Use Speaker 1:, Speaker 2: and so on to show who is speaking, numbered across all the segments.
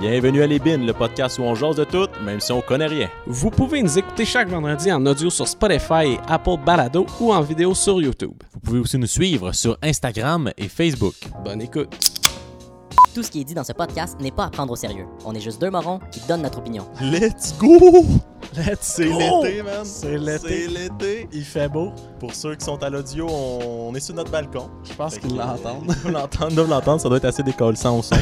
Speaker 1: Bienvenue à Les Bines, le podcast où on jase de tout, même si on connaît rien.
Speaker 2: Vous pouvez nous écouter chaque vendredi en audio sur Spotify et Apple Balado ou en vidéo sur YouTube.
Speaker 1: Vous pouvez aussi nous suivre sur Instagram et Facebook.
Speaker 2: Bonne écoute.
Speaker 3: Tout ce qui est dit dans ce podcast n'est pas à prendre au sérieux. On est juste deux morons qui donnent notre opinion.
Speaker 4: Let's go!
Speaker 2: Let's
Speaker 4: C'est
Speaker 2: go!
Speaker 4: l'été, man.
Speaker 2: C'est l'été.
Speaker 4: C'est l'été.
Speaker 2: Il fait beau.
Speaker 4: Pour ceux qui sont à l'audio, on on est sur notre balcon.
Speaker 2: Je pense
Speaker 4: Fait
Speaker 2: qu'ils
Speaker 4: que-
Speaker 2: l'entendent.
Speaker 4: Ils doivent l'entendre, ils doivent l'entendre. Ça doit être assez décollissant au son.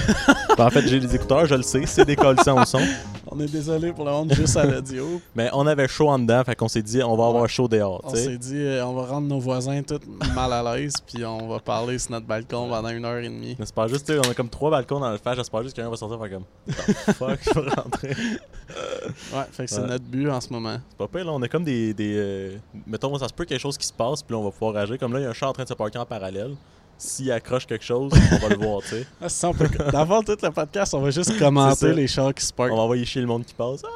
Speaker 4: Ben, en fait, j'ai les écouteurs, je le sais, c'est décollissant au son.
Speaker 2: On est désolé pour le monde juste à l'audio.
Speaker 4: Mais on avait chaud en dedans, fait qu'on s'est dit, on va avoir chaud dehors,
Speaker 2: On
Speaker 4: tu sais.
Speaker 2: s'est dit, euh, on va rendre nos voisins tous mal à l'aise, puis on va parler sur notre balcon pendant une heure et demie.
Speaker 4: J'espère juste, tu sais, on a comme trois balcons dans le flash, j'espère juste qu'un va sortir, faire comme. Oh, fuck, je vais rentrer.
Speaker 2: Ouais, fait que c'est
Speaker 4: Ouais.
Speaker 2: notre but en ce moment.
Speaker 4: C'est pas pire, là, on a comme des. des euh, mettons, ça se peut quelque chose qui se passe, puis là, on va pouvoir agir. Comme là, il y a un chat en train de se parker en parallèle. S'il accroche quelque chose, on va le voir, tu sais.
Speaker 2: Ah, c'est ça, on peut- D'avant tout le podcast, on va juste commenter
Speaker 4: C'est ça.
Speaker 2: les chars qui se
Speaker 4: On
Speaker 2: parkent.
Speaker 4: va envoyer chier le monde qui passe.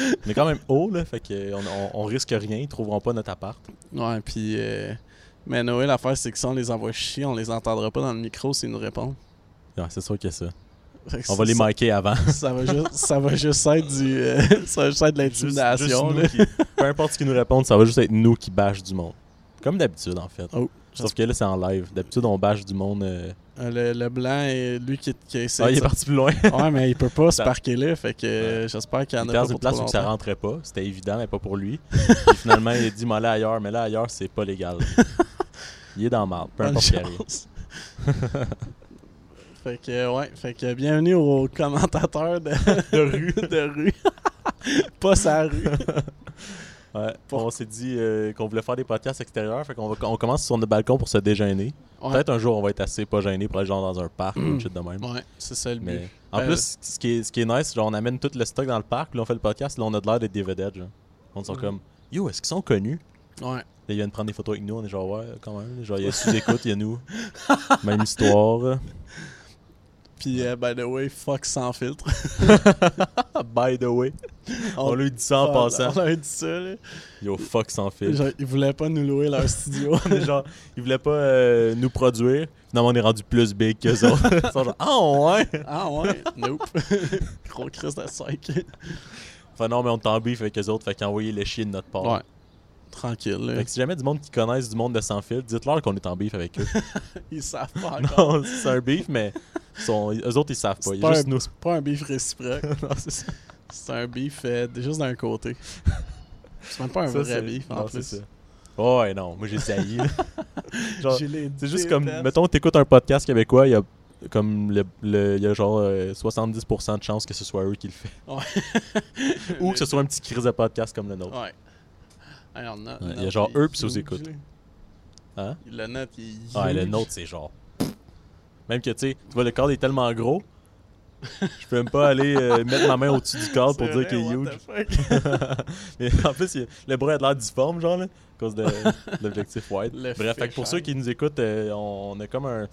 Speaker 4: Ah! on est quand même haut, là, fait que on, on- on risque rien, ils trouveront pas notre appart.
Speaker 2: Ouais, puis. euh, Mais Noé, l'affaire, c'est que si on les envoie chier, on les entendra pas dans le micro s'ils nous répondent.
Speaker 4: c'est sûr que ça.
Speaker 2: Fait que
Speaker 4: On va
Speaker 2: c'est-
Speaker 4: les manquer avant.
Speaker 2: ça va juste ça va juste être du euh, ça va juste être de l'intimidation là.
Speaker 4: peu importe ce qu'ils nous répondent, ça va juste être nous qui bâchent du monde. Comme d'habitude, en fait.
Speaker 2: Oh,
Speaker 4: Sauf que là, c'est en live. D'habitude, on bâche du monde. euh,
Speaker 2: Euh, le, le blanc est lui qui, qui a essayé
Speaker 4: Ah, il est
Speaker 2: de-
Speaker 4: parti plus loin.
Speaker 2: ouais mais il peut pas se
Speaker 4: Ça-
Speaker 2: parquer là fait que euh, j'espère qu'il y
Speaker 4: Il
Speaker 2: en a
Speaker 4: était
Speaker 2: pas
Speaker 4: dans
Speaker 2: pour
Speaker 4: une
Speaker 2: trop
Speaker 4: place où ça
Speaker 2: longtemps.
Speaker 4: rentrait pas. C'était évident, mais pas pour lui. Puis finalement, il a dit, mais là ailleurs. Mais là, ailleurs, c'est pas légal. Il est dans le marde. Peu
Speaker 2: Bonne
Speaker 4: importe ce qui arrive.
Speaker 2: chance. fait que euh, ouais fait que bienvenue aux commentateurs de, rue de rue pas sa rue
Speaker 4: Ouais,
Speaker 2: Pour-
Speaker 4: On s'est dit euh, qu'on voulait faire des podcasts extérieurs, fait qu'on va- on commence sur notre balcon pour se déjeuner.
Speaker 2: Ouais. Mm.
Speaker 4: Peut-être un jour on va être assez pas gêné pour aller genre dans un parc ou une shit de même.
Speaker 2: ouais c'est ça le but
Speaker 4: Mais en
Speaker 2: Ben,
Speaker 4: plus, ce qui, est, ce qui est nice, genre on amène tout le stock dans le parc, là on fait le podcast, là on a de l'air d'être des vedettes. Genre. On sont
Speaker 2: Mm.
Speaker 4: comme Yo, est-ce qu'ils sont connus?
Speaker 2: ouais
Speaker 4: Là, ils viennent prendre des photos avec nous, on est genre ouais quand même. Genre il y a sous-écoute, il y a nous. Même histoire.
Speaker 2: puis euh, by the way fuck sans filtre
Speaker 4: By the way. On, lui dit ça en passant.
Speaker 2: Ah, on a dit ça là.
Speaker 4: Yo fuck sans fil.
Speaker 2: Genre, ils voulaient pas nous louer leur studio
Speaker 4: On est genre, ils voulaient pas euh, nous produire. Finalement, on est rendu plus big que ça. ils sont genre, ah ouais!
Speaker 2: Ah ouais? Nope. Gros Chris de 5.
Speaker 4: Enfin, non, mais on t'en biffe avec eux autres, fait qu'envoyer le chier de notre part.
Speaker 2: Ouais. Tranquille, là.
Speaker 4: Fait que si jamais du monde qui connaissent du monde de sans fil, dites-leur qu'on est en bif avec eux.
Speaker 2: Ils savent pas encore.
Speaker 4: non, c'est un bif, mais ils sont, eux autres, ils savent pas.
Speaker 2: C'est
Speaker 4: Il y
Speaker 2: pas
Speaker 4: a juste
Speaker 2: un-
Speaker 4: nous.
Speaker 2: c'est pas un beef réciproque.
Speaker 4: Non, c'est ça.
Speaker 2: C'est un beef euh, d- juste d'un côté. C'est même pas un
Speaker 4: Ça,
Speaker 2: vrai
Speaker 4: c'est-
Speaker 2: beef, en
Speaker 4: non, c'est
Speaker 2: plus.
Speaker 4: ça. Ouais, non, moi j'ai sailli. là. Genre,
Speaker 2: J'ai les
Speaker 4: c'est juste comme,
Speaker 2: déteste.
Speaker 4: mettons, t'écoutes un podcast québécois, il y a comme le, le- il y a genre euh, 70% de chances que ce soit eux qui le fait. Ou que ce soit un petit crise de podcast comme le nôtre.
Speaker 2: Ouais. Hey, on a,
Speaker 4: Ouais, il y a genre eux puis sous écoute.
Speaker 2: écoutes.
Speaker 4: Hein?
Speaker 2: Le note, il est
Speaker 4: Ouais, le
Speaker 2: huge.
Speaker 4: nôtre, c'est genre. Même que, tu sais, tu vois, le cadre est tellement gros. Je peux même pas aller euh, mettre ma main au-dessus du cadre
Speaker 2: C'est
Speaker 4: pour dire
Speaker 2: vrai,
Speaker 4: qu'il est
Speaker 2: what
Speaker 4: huge.
Speaker 2: the fuck?
Speaker 4: Mais en plus, il- le bras a de l'air difforme, genre, là, à cause de de l'objectif wide.
Speaker 2: Le
Speaker 4: Bref, fait que pour
Speaker 2: fisheye.
Speaker 4: ceux qui nous écoutent, euh, on, on a comme un.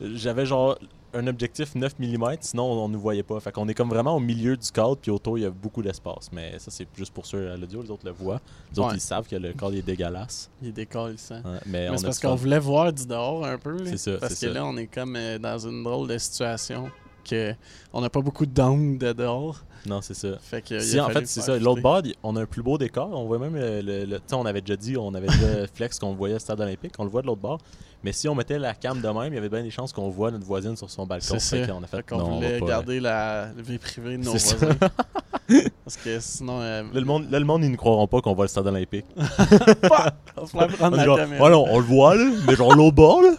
Speaker 4: J'avais genre un objectif 9 mm, sinon on, on nous voyait pas. Fait qu'on est comme vraiment au milieu du cadre, puis autour, il y a beaucoup d'espace. Mais ça, c'est juste pour ceux à l'audio, les autres le voient. Les autres,
Speaker 2: Ouais.
Speaker 4: ils savent que le cadre il est dégueulasse.
Speaker 2: Il décolle, ça.
Speaker 4: hein, mais on
Speaker 2: Mais
Speaker 4: a
Speaker 2: c'est
Speaker 4: du
Speaker 2: parce
Speaker 4: fun.
Speaker 2: qu'on voulait voir du dehors un peu. là.
Speaker 4: C'est ça,
Speaker 2: Parce
Speaker 4: c'est
Speaker 2: que
Speaker 4: ça.
Speaker 2: là, on est comme euh, dans une drôle de situation que on n'a pas beaucoup d'angles de dehors.
Speaker 4: Non, c'est ça.
Speaker 2: Fait que, il
Speaker 4: Si,
Speaker 2: a
Speaker 4: en
Speaker 2: fallu
Speaker 4: fait, c'est
Speaker 2: faire
Speaker 4: ça. L'autre
Speaker 2: fitter.
Speaker 4: bord, il- on a un plus beau décor. On voit même le. le- le- tu sais, on avait déjà dit, on avait déjà flex qu'on voyait le stade olympique. On le voit de l'autre bord. Mais si on mettait la cam de même, il y avait bien des chances qu'on voit notre voisine sur son balcon.
Speaker 2: C'est ça.
Speaker 4: Fait qu'on a fait,
Speaker 2: Fait qu'on
Speaker 4: non, on
Speaker 2: voulait
Speaker 4: va pas.
Speaker 2: garder la la vie privée de nos
Speaker 4: C'est ça.
Speaker 2: voisins. Parce que sinon, euh,
Speaker 4: Là, le monde, là, le monde, ils ne croiront pas qu'on voit le stade olympique.
Speaker 2: on va falloir prendre la
Speaker 4: Genre,
Speaker 2: caméra.
Speaker 4: ouais, non, on le voit, là, mais genre l'autre bord, là.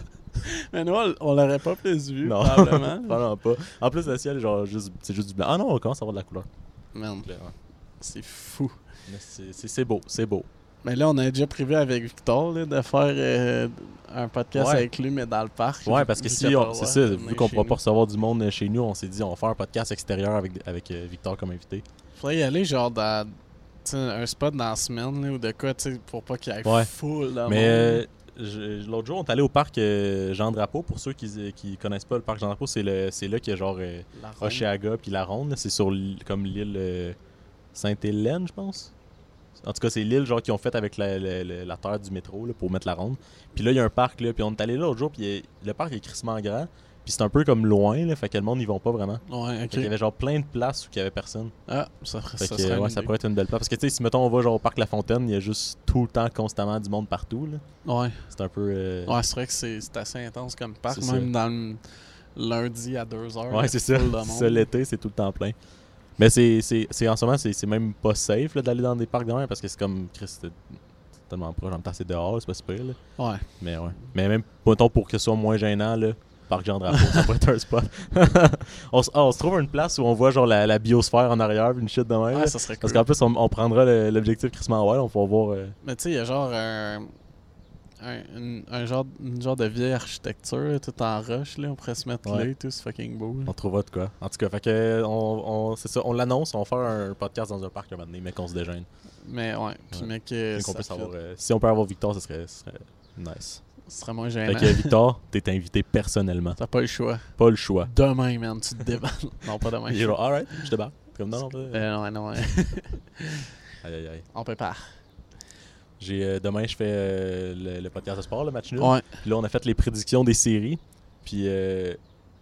Speaker 2: Mais nous, on, on l'aurait pas plus vu,
Speaker 4: Non,
Speaker 2: probablement.
Speaker 4: Probablement pas. En plus, le ciel, genre, juste, c'est juste du blanc. Ah non, on commence à avoir de la couleur. hein.
Speaker 2: Man, c'est fou.
Speaker 4: Mais c'est- C'est c'est beau, c'est beau.
Speaker 2: Mais là, on a déjà privé avec Victor là, de faire euh, un podcast
Speaker 4: Ouais.
Speaker 2: avec lui, mais dans le parc.
Speaker 4: Ouais, parce que
Speaker 2: Vu
Speaker 4: si,
Speaker 2: qu'il a
Speaker 4: on-
Speaker 2: pas
Speaker 4: c'est
Speaker 2: le
Speaker 4: ça,
Speaker 2: droit de
Speaker 4: vu
Speaker 2: venir
Speaker 4: qu'on
Speaker 2: chez
Speaker 4: pourra
Speaker 2: nous.
Speaker 4: pas recevoir du monde euh, chez nous, on s'est dit, on va faire un podcast extérieur avec, avec euh, Victor comme invité.
Speaker 2: Faudrait y aller genre dans tu sais, un spot dans la semaine là, ou de quoi, tu sais, pour pas qu'il y ait
Speaker 4: Ouais.
Speaker 2: full de
Speaker 4: Mais
Speaker 2: monde.
Speaker 4: euh, je- l'autre jour, on est allé au parc euh, Jean Drapeau. Pour ceux qui, qui connaissent pas le parc Jean Drapeau, c'est le- c'est là qu'il y a genre euh,
Speaker 2: La ronde.
Speaker 4: Hochelaga puis la Ronde. là. C'est sur l'île- comme l'île euh, Sainte-Hélène, je pense. En tout cas, c'est l'île genre qu'ils ont faite avec la, la- la- la terre du métro là, pour mettre la ronde. Puis là, il y a un parc là, puis on est allé là l'autre jour, puis il est- le parc est crissement grand. Puis c'est un peu comme loin, là, fait que le monde n'y vont pas vraiment.
Speaker 2: Ouais, ok.
Speaker 4: Il y avait genre plein de places où il y avait personne.
Speaker 2: Ah, ça, ferait-
Speaker 4: Fait
Speaker 2: ça
Speaker 4: que,
Speaker 2: serait
Speaker 4: ouais,
Speaker 2: une
Speaker 4: ça
Speaker 2: idée.
Speaker 4: pourrait être une belle place. Parce que tu sais, si mettons on va genre au parc La Fontaine, il y a juste tout le temps constamment du monde partout. là.
Speaker 2: Ouais,
Speaker 4: C'est un peu. euh,
Speaker 2: ouais c'est vrai que c'est c'est assez intense comme parc,
Speaker 4: C'est
Speaker 2: même dans le lundi à 2h.
Speaker 4: Ouais, c'est ça. Ça, l'été, c'est tout le temps plein. Mais c'est, c'est, c'est- en ce moment, c'est, c'est même pas safe là, d'aller dans des parcs de même parce que c'est comme. Chris, c'est c'est tellement proche. En même temps, c'est dehors, c'est pas si pire. là.
Speaker 2: Ouais.
Speaker 4: Mais ouais. Mais même, mettons, pour que ce soit moins gênant, là, parc Jean Drapeau, ça pourrait être un spot. on, se, ah, on se trouve à une place où on voit genre la, la biosphère en arrière, puis une shit de même. là.
Speaker 2: Ouais, Ah, ça serait cool.
Speaker 4: parce qu'en plus, on, on prendra le- l'objectif Christmas Wild, on va voir. euh,
Speaker 2: Mais tu sais, il y a genre un, un, une- un genre, une genre de vieille architecture, là, tout en roche, là. On pourrait se mettre
Speaker 4: Ouais.
Speaker 2: là et tout, c'est fucking beau. là.
Speaker 4: on trouvera de quoi. En tout cas, fait que, euh, on, on- c'est ça, on l'annonce, on va faire un podcast dans un parc un moment donné, mais qu'on se déjeune.
Speaker 2: Mais ouais, puis
Speaker 4: Ouais.
Speaker 2: mais que
Speaker 4: Et
Speaker 2: ça
Speaker 4: qu'on puisse
Speaker 2: fit,
Speaker 4: avoir, euh, si on peut avoir Victor, ce serait, ce serait nice.
Speaker 2: ce serait moins
Speaker 4: Fait
Speaker 2: gênant.
Speaker 4: que Victor, t'es invité personnellement.
Speaker 2: T'as pas le choix.
Speaker 4: Pas le choix.
Speaker 2: Demain, man, tu te déballes. non, pas demain.
Speaker 4: Il est genre, alright, je débarque. Comme non, non, pas-
Speaker 2: Euh, non, non, hein. euh,
Speaker 4: Aïe, aïe, aïe.
Speaker 2: on prépare.
Speaker 4: J'ai, euh, demain, je fais euh, le, le podcast de sport, le match nul.
Speaker 2: Ouais.
Speaker 4: Puis là, on a fait les prédictions des séries. Puis euh,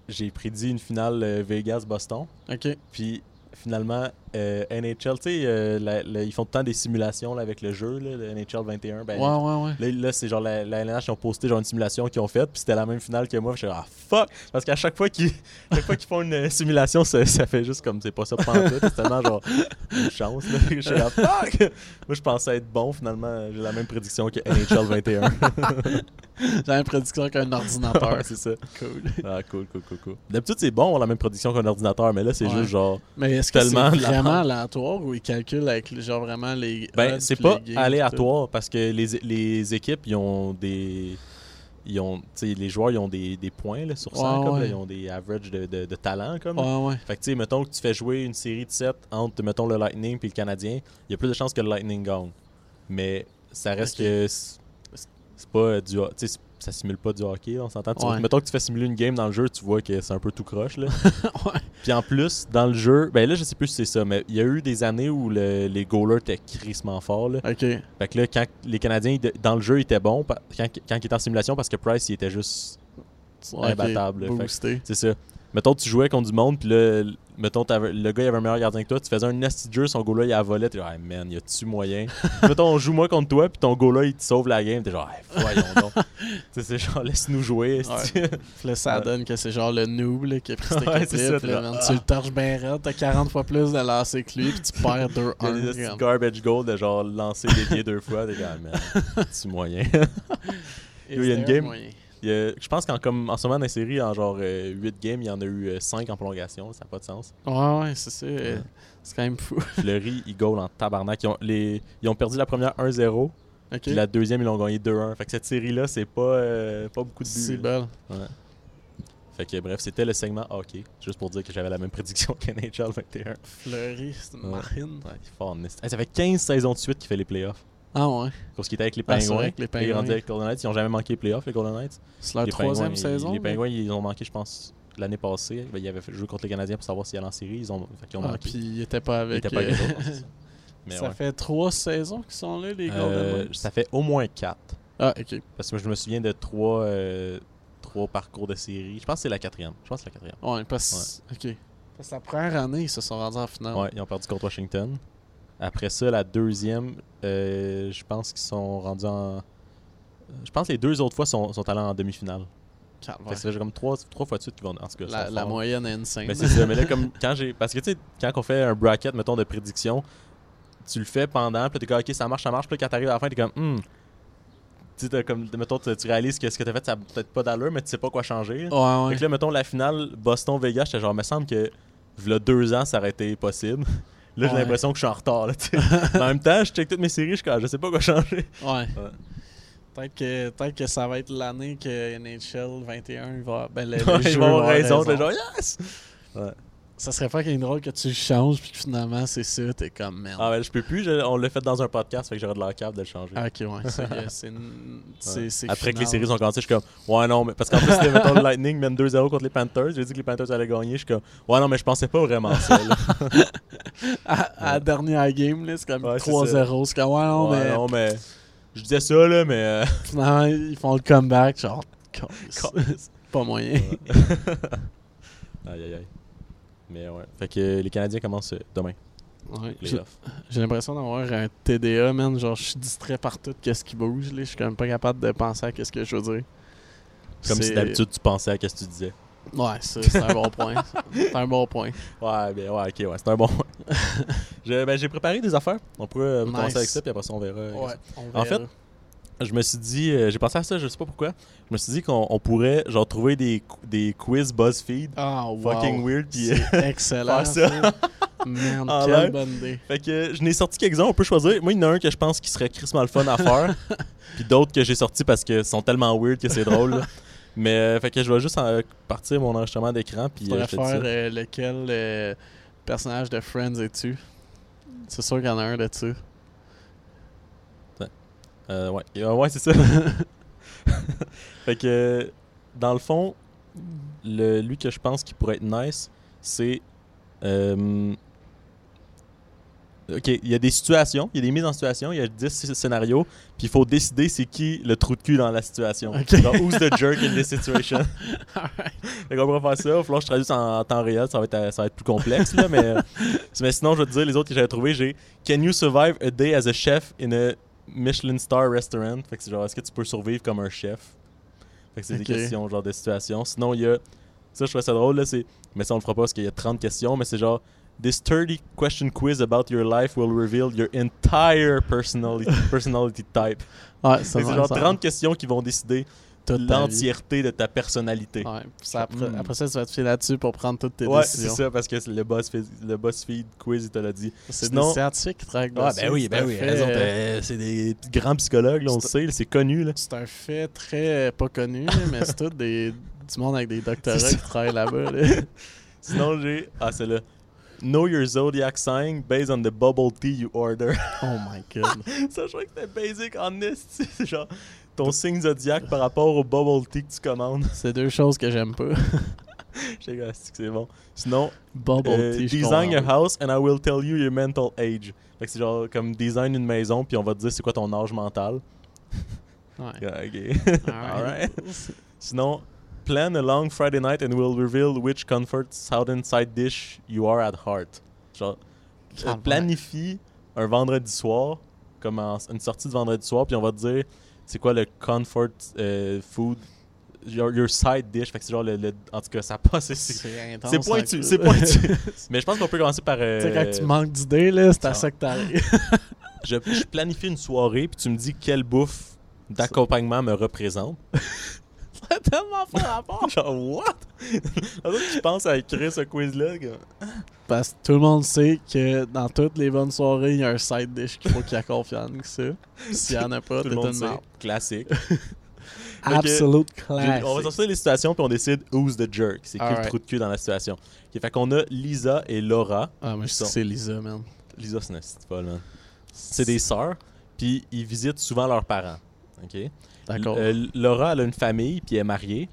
Speaker 4: j'ai prédit une finale euh, Vegas-Boston.
Speaker 2: Ok.
Speaker 4: Puis finalement, euh, NHL, tu sais, euh, la- la- ils font tout le temps des simulations là, avec le jeu, là, le NHL 21. Ben,
Speaker 2: Ouais, ouais, ouais.
Speaker 4: Là, là, c'est genre la, la LNH qui ont posté genre une simulation qu'ils ont faite, puis c'était la même finale que moi. Je suis ah fuck! Parce qu'à chaque fois qu'ils chaque fois qu'ils font une euh, simulation, ça, ça fait juste comme c'est pas ça pantoute. C'est tellement genre une chance. Là. Je suis là, fuck! Moi, je pensais être bon. Finalement, j'ai la même prédiction que NHL 21.
Speaker 2: J'avais une prédiction qu'un ordinateur.
Speaker 4: Ouais, c'est ça.
Speaker 2: cool.
Speaker 4: Ah, cool, cool, cool, cool. D'habitude, c'est bon, la même prédiction qu'un ordinateur, mais là, c'est
Speaker 2: Ouais.
Speaker 4: juste genre.
Speaker 2: Mais est-ce que c'est
Speaker 4: Tellement la-
Speaker 2: vraiment aléatoire ou ils calculent avec le- genre vraiment les.
Speaker 4: Ben,
Speaker 2: odds
Speaker 4: c'est
Speaker 2: puis
Speaker 4: pas
Speaker 2: les games
Speaker 4: aléatoire parce que les, les équipes, ils ont des. Ils ont, tu sais, les joueurs, ils ont des, des points là, sur 100,
Speaker 2: Ouais,
Speaker 4: comme, là.
Speaker 2: ouais.
Speaker 4: ils ont des averages de, de, de talent.
Speaker 2: puis
Speaker 4: Comme,
Speaker 2: tout? Ah, Ouais, ouais.
Speaker 4: Fait que, tu sais, mettons que tu fais jouer une série de 7 entre, mettons, le Lightning puis le Canadien, il y a plus de chances que le Lightning gagne. Mais ça reste
Speaker 2: Ok.
Speaker 4: que c'est c'est pas euh, du. ho- Tu sais, c'est- ça simule pas du hockey, on s'entend. Tu vois,
Speaker 2: Ouais.
Speaker 4: Mettons que tu fais simuler une game dans le jeu, tu vois que c'est un peu tout croche. là.
Speaker 2: ouais.
Speaker 4: Puis en plus, dans le jeu, ben là, je sais plus si c'est ça, mais il y a eu des années où le- les goalers étaient crissement forts. Là.
Speaker 2: Ok.
Speaker 4: Fait que là, quand les Canadiens, ils de- dans le jeu, ils étaient bons, pa- quand, quand ils étaient en simulation, parce que Price, il était juste
Speaker 2: Ouais, ok.
Speaker 4: imbattable. là. Fait que
Speaker 2: Boosté.
Speaker 4: c'est ça. Mettons, tu jouais contre du monde, puis là, mettons, t'avais- le gars, il avait un meilleur gardien que toi, tu faisais un nasty de jeu, son goal-là, il a volé, t'es genre, hey man, y a-tu moyen? mettons, on joue moi contre toi, puis ton goal-là, il te sauve la game, t'es genre, hey, voyons donc. Tu sais, c'est genre, laisse-nous jouer. esti.
Speaker 2: Puis là, ça
Speaker 4: Ouais.
Speaker 2: donne que c'est genre le noob là, qui a pris cette
Speaker 4: Ouais, c'est ça,
Speaker 2: équipe.
Speaker 4: t'es
Speaker 2: là,
Speaker 4: genre,
Speaker 2: man.
Speaker 4: ah.
Speaker 2: Tu le torches bien raide, t'as 40 fois plus de lancers que lui, puis tu perds
Speaker 4: Il y a des
Speaker 2: 2-1.
Speaker 4: esti
Speaker 2: comme.
Speaker 4: garbage goal de genre lancer des pieds deux fois, t'es genre, Hey, man, y a-tu moyen? il y a une
Speaker 2: Is there
Speaker 4: game-
Speaker 2: moyen?
Speaker 4: Il y a- je pense qu'en comme, en ce moment, dans la série, en genre 8 games, il y en a eu 5 en prolongation, ça n'a pas de sens.
Speaker 2: Ouais, ouais, c'est ça. euh, C'est quand même fou.
Speaker 4: Fleury, il goal en tabarnak. Ils ont, les, ils ont perdu la première 1-0,
Speaker 2: Ok.
Speaker 4: puis la deuxième, ils l'ont gagné 2-1. Fait que cette série-là, c'est pas, euh, pas beaucoup de
Speaker 2: C'est
Speaker 4: buts. là.
Speaker 2: belle.
Speaker 4: Fait que bref, c'était le segment hockey. Juste pour dire que j'avais la même prédiction qu'NHL 21.
Speaker 2: Fleury, c'est une
Speaker 4: Ouais.
Speaker 2: marine.
Speaker 4: Ouais, il est fort en esti. Hey, ça fait 15 saisons de suite qu'il fait les playoffs.
Speaker 2: Ah ouais.
Speaker 4: Parce qu'il était avec les
Speaker 2: Ah, c'est
Speaker 4: Pingouins.
Speaker 2: vrai que les
Speaker 4: Il est rendu
Speaker 2: Pingouins.
Speaker 4: avec les Golden Knights. Ils n'ont jamais manqué les playoffs, les Golden Knights.
Speaker 2: C'est leur
Speaker 4: Les
Speaker 2: troisième
Speaker 4: Pingouins, ils-
Speaker 2: saison.
Speaker 4: Les
Speaker 2: là.
Speaker 4: Pingouins, ils ont manqué, je pense, l'année passée. Ben, ils avaient fait- joué contre les Canadiens pour savoir s'ils allaient en série. Ils ont, fait qu'ils ont
Speaker 2: Ah,
Speaker 4: manqué.
Speaker 2: puis ils étaient pas
Speaker 4: Ils
Speaker 2: avec.
Speaker 4: étaient pas hein.
Speaker 2: euh,
Speaker 4: avec les autres, c'est ça. Mais
Speaker 2: ça
Speaker 4: ouais.
Speaker 2: fait trois saisons qu'ils sont là, les
Speaker 4: Euh,
Speaker 2: Golden Knights.
Speaker 4: ça fait au moins 4.
Speaker 2: Ah, ok.
Speaker 4: Parce que moi, je me souviens de 3 parcours de série. Je pense que c'est la quatrième. Je pense que c'est la quatrième.
Speaker 2: Ouais, parce Ok. Parce que la première année, ils se sont rendus en finale.
Speaker 4: Ouais, ils ont perdu contre Washington. Après ça, la deuxième, euh, je pense qu'ils sont rendus en. Je pense que les deux autres fois sont, sont allés en demi-finale. Fait
Speaker 2: Calvaire.
Speaker 4: que ça fait comme trois, trois fois de suite qu'ils vont. En tout cas, ils
Speaker 2: La,
Speaker 4: sont
Speaker 2: la
Speaker 4: forts.
Speaker 2: moyenne est insane.
Speaker 4: Mais c'est ça, mais là, comme quand j'ai. Parce que tu sais, quand on fait un bracket, mettons, de prédiction, tu le fais pendant, puis t'es comme, ok, ça marche, ça marche, puis là, quand t'arrives à la fin, t'es comme, hmm. Tu sais, t'as comme, mettons, tu tu réalises que ce que t'as fait, ça a peut-être pas d'allure, mais tu sais pas quoi changer. là.
Speaker 2: Ouais,
Speaker 4: Fait
Speaker 2: ouais.
Speaker 4: que là, mettons, la finale Boston-Vegas, j'étais genre, me semble que, v'là deux ans, ça aurait été possible. Là, j'ai
Speaker 2: Ouais.
Speaker 4: l'impression que je suis en retard, là, tu sais. Mais en même temps, je check toutes mes séries, je suis comme, ah, je sais pas quoi changer.
Speaker 2: Ouais.
Speaker 4: Ouais.
Speaker 2: Peut-être que, peut-être que ça va être l'année que NHL 21 il va. Ben, le, le
Speaker 4: Ouais,
Speaker 2: jeu
Speaker 4: Ils
Speaker 2: va
Speaker 4: vont avoir
Speaker 2: avoir
Speaker 4: raison,
Speaker 2: raison.
Speaker 4: les gens, yes!
Speaker 2: Ça serait fucking drôle que tu le changes puis que finalement c'est ça, t'es comme merde.
Speaker 4: Ah, ben, je peux plus, je- on l'a fait dans un podcast, fait que j'aurais de la cave de le changer.
Speaker 2: Ah, ok, ouais. c'est que C'est. une- c'est- c'est
Speaker 4: Après que les
Speaker 2: final.
Speaker 4: séries sont commencées, je suis comme, ouais, non, mais parce qu'en plus, c'était, mettons, le Lightning mène 2-0 contre les Panthers. J'ai dit que les Panthers allaient gagner. Je suis comme, ouais, non, mais je pensais pas vraiment ça. là.
Speaker 2: À, à la dernière game, là, c'est comme
Speaker 4: Ouais, c'est
Speaker 2: 3-0. C'est comme, ouais, non,
Speaker 4: ouais,
Speaker 2: mais
Speaker 4: non, mais. Je disais ça, là, mais. euh,
Speaker 2: finalement ils font le comeback, genre. calisse.
Speaker 4: calisse.
Speaker 2: Pas moyen.
Speaker 4: Aïe, aïe, aïe. Mais ouais. Fait que euh, les Canadiens commencent euh, demain,
Speaker 2: Ouais,
Speaker 4: les
Speaker 2: j'ai-
Speaker 4: playoffs.
Speaker 2: J'ai l'impression d'avoir un TDA, man. Genre, je suis distrait par tout ce qui bouge. là. Je suis quand même pas capable de penser à ce que je veux dire.
Speaker 4: Comme si
Speaker 2: C'est-
Speaker 4: d'habitude tu pensais à ce que tu disais.
Speaker 2: Ouais, ça, c'est un bon point. C'est un bon point.
Speaker 4: Ouais, ben ouais, ok, ouais, c'est un bon. Je- ben, j'ai préparé des affaires. On pourrait euh,
Speaker 2: Nice.
Speaker 4: commencer avec ça, puis après ça, on verra. euh, qu'est-ce
Speaker 2: on
Speaker 4: En fait,
Speaker 2: verra.
Speaker 4: Je me suis dit, euh, j'ai pensé à ça, je sais pas pourquoi. Je me suis dit qu'on on pourrait genre trouver des, des quiz BuzzFeed
Speaker 2: Ah, wow.
Speaker 4: fucking weird. Puis, euh,
Speaker 2: C'est excellent.
Speaker 4: faire ça.
Speaker 2: Man,
Speaker 4: Ah,
Speaker 2: quelle
Speaker 4: ouais.
Speaker 2: bonne idée.
Speaker 4: fait que euh, je n'ai sorti quelques-uns, on peut choisir. Moi, il y en a un que je pense qui serait crissement le fun à faire, puis d'autres que j'ai sortis parce que sont tellement weird que c'est drôle. là. Mais euh, fait que je vais juste en- partir mon enregistrement d'écran puis
Speaker 2: Tu
Speaker 4: euh,
Speaker 2: pourrais
Speaker 4: je te dis ça.
Speaker 2: faire euh, lequel euh, personnage de Friends es-tu? C'est sûr qu'il y en a un là-dessus.
Speaker 4: Euh, ouais, Euh, ouais c'est ça. fait que, euh, dans le fond, le, lui que je pense qui pourrait être nice, c'est. euh, ok, il y a des situations, il y a des mises en situation, il y a 10 sc- scénarios, puis il faut décider c'est qui le trou de cul dans la situation.
Speaker 2: Ok.
Speaker 4: Genre, who's the jerk in this situation? Fait qu'on pourrait faire ça. Il va falloir que je traduise en en temps réel. Ça va être, euh, ça va être plus complexe. Là, mais, euh, mais sinon, je vais te dire les autres que j'avais trouvé. J'ai Can you survive a day as a chef in a Michelin star restaurant? Fait que c'est genre, est-ce que tu peux survivre comme un chef? Fait que c'est
Speaker 2: Ok.
Speaker 4: des questions, genre de situation. Sinon, il y a. Ça, je trouvais ça drôle. Là, c'est, mais ça, on le fera pas parce qu'il y a 30 questions. Mais c'est genre. This 30 question quiz about your life will reveal your entire personality, personality type. Fait
Speaker 2: Ouais, c'est
Speaker 4: que C'est
Speaker 2: vrai,
Speaker 4: genre
Speaker 2: ça.
Speaker 4: 30 questions qui vont décider
Speaker 2: Toute ta vie.
Speaker 4: l'entièreté de ta personnalité.
Speaker 2: Ouais, puis ça, après,
Speaker 4: Mm.
Speaker 2: après ça, tu vas te fier là-dessus pour prendre toutes tes
Speaker 4: Ouais, c'est
Speaker 2: décisions.
Speaker 4: ça, parce que c'est le BuzzFeed, le BuzzFeed quiz, il te l'a dit.
Speaker 2: C'est
Speaker 4: Sinon-
Speaker 2: des scientifiques qui travaillent
Speaker 4: Ah,
Speaker 2: dessus,
Speaker 4: ben oui,
Speaker 2: c'est
Speaker 4: ben
Speaker 2: un
Speaker 4: oui,
Speaker 2: fait,
Speaker 4: raison.
Speaker 2: euh,
Speaker 4: t'as- C'est des grands psychologues, là, on le sait, là, c'est connu. Là.
Speaker 2: C'est un fait très euh, pas connu, là, mais c'est tout des, du monde avec des doctorats
Speaker 4: C'est ça.
Speaker 2: qui travaillent là-bas. là.
Speaker 4: Sinon, j'ai. Ah, c'est là. Know your zodiac sign based on the bubble tea you order.
Speaker 2: Oh my god.
Speaker 4: ça, je crois que c'était basic, honest. tu sais, C'est genre ton signe zodiac par rapport au bubble tea que tu commandes.
Speaker 2: C'est deux choses que j'aime pas.
Speaker 4: J'ai dit, Ah, c'est que c'est bon. Sinon,
Speaker 2: Bubble
Speaker 4: euh,
Speaker 2: tea, je
Speaker 4: design your
Speaker 2: comprends.
Speaker 4: house and I will tell you your mental age. Fait que c'est genre comme design une maison, puis on va te dire c'est quoi ton âge mental.
Speaker 2: Ouais.
Speaker 4: Yeah, ok. Alright. Sinon, plan a long Friday night and we'll reveal which comfort southern side dish you are at heart. Genre, euh,
Speaker 2: Calvaire.
Speaker 4: planifie un vendredi soir, comme en- une sortie de vendredi soir, puis on va te dire c'est quoi le comfort euh, food, your, your side dish. Fait que c'est genre le, le- En tout cas, ça passe. C'est
Speaker 2: C'est intense.
Speaker 4: c'est pointu,
Speaker 2: hein,
Speaker 4: c'est pointu. Mais je pense qu'on peut commencer par.
Speaker 2: tu sais, quand
Speaker 4: euh,
Speaker 2: tu manques d'idées, là, c'est à
Speaker 4: ça.
Speaker 2: ça que t'arrives.
Speaker 4: je, je planifie une soirée, puis tu me dis quelle bouffe d'accompagnement me représente.
Speaker 2: T'as tellement pas rapport.
Speaker 4: Genre, what? Dans le fond, tu penses à écrire ce quiz-là? que-
Speaker 2: Parce que tout le monde sait que dans toutes les bonnes soirées, il y a un side dish qu'il faut qu'il y ait confiance que ça. S'il y en a pas,
Speaker 4: Tout
Speaker 2: t'es
Speaker 4: le monde
Speaker 2: une
Speaker 4: sait.
Speaker 2: merde.
Speaker 4: Classique.
Speaker 2: Absolute
Speaker 4: J'ai-
Speaker 2: class.
Speaker 4: On va sortir les situations, puis on décide who's the jerk. C'est qui
Speaker 2: Alright.
Speaker 4: le trou de cul dans la situation. Ok, fait qu'on a Lisa et Laura.
Speaker 2: Ah, mais je sais que c'est Lisa, man.
Speaker 4: Lisa, c'est une petite folle, man. C'est des sœurs, puis ils visitent souvent leurs parents. OK?
Speaker 2: D'accord.
Speaker 4: Euh, Laura, elle a une famille, puis elle est mariée.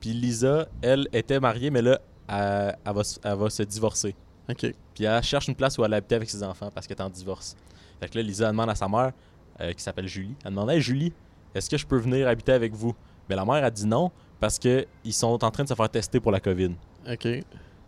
Speaker 4: Puis Lisa, elle était mariée, mais là, elle, elle va, se- elle va se divorcer.
Speaker 2: Ok.
Speaker 4: Puis elle cherche une place où elle habitait avec ses enfants parce qu'elle est en divorce. Fait que là, Lisa elle demande à sa mère, euh, qui s'appelle Julie, elle demande Hey Julie, est-ce que je peux venir habiter avec vous Mais la mère a dit non parce que ils sont en train de se faire tester pour la COVID.
Speaker 2: Ok.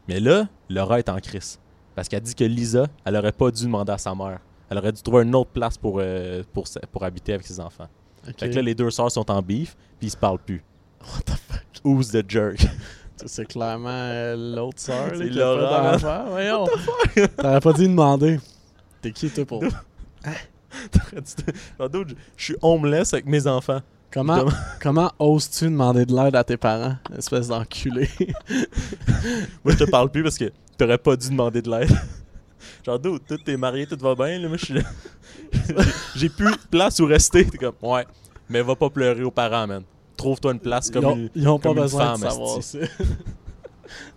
Speaker 4: Mais là, Laura est en crise parce qu'elle dit que Lisa, elle aurait pas dû demander à sa mère. Elle aurait dû trouver une autre place pour, euh, pour, se- pour habiter avec ses enfants.
Speaker 2: Ok.
Speaker 4: Fait que là, les deux sœurs sont en beef, puis ils se parlent plus.
Speaker 2: What the fuck?
Speaker 4: Who's the jerk?
Speaker 2: Ça, C'est clairement euh, l'autre sœur.
Speaker 4: C'est
Speaker 2: là, qui a
Speaker 4: Laura,
Speaker 2: pas
Speaker 4: là.
Speaker 2: d'enfant. Voyons. T'aurais pas dû demander. T'es qui, toi, pour.
Speaker 4: T'aurais dû- Dans d'autres, je suis homeless avec mes enfants.
Speaker 2: Comment, comment oses-tu demander de l'aide à tes parents? Espèce d'enculé.
Speaker 4: Moi, je te parle plus parce que t'aurais pas dû demander de l'aide. Genre, d'où tout t'es marié, tout va bien. Là, moi, je suis là. J'ai plus de place où rester. T'es comme, ouais, mais va pas pleurer aux parents, man. Trouve-toi une place
Speaker 2: Ils
Speaker 4: comme.
Speaker 2: ont, ils ont pas
Speaker 4: comme une
Speaker 2: besoin de
Speaker 4: femme,
Speaker 2: savoir ça.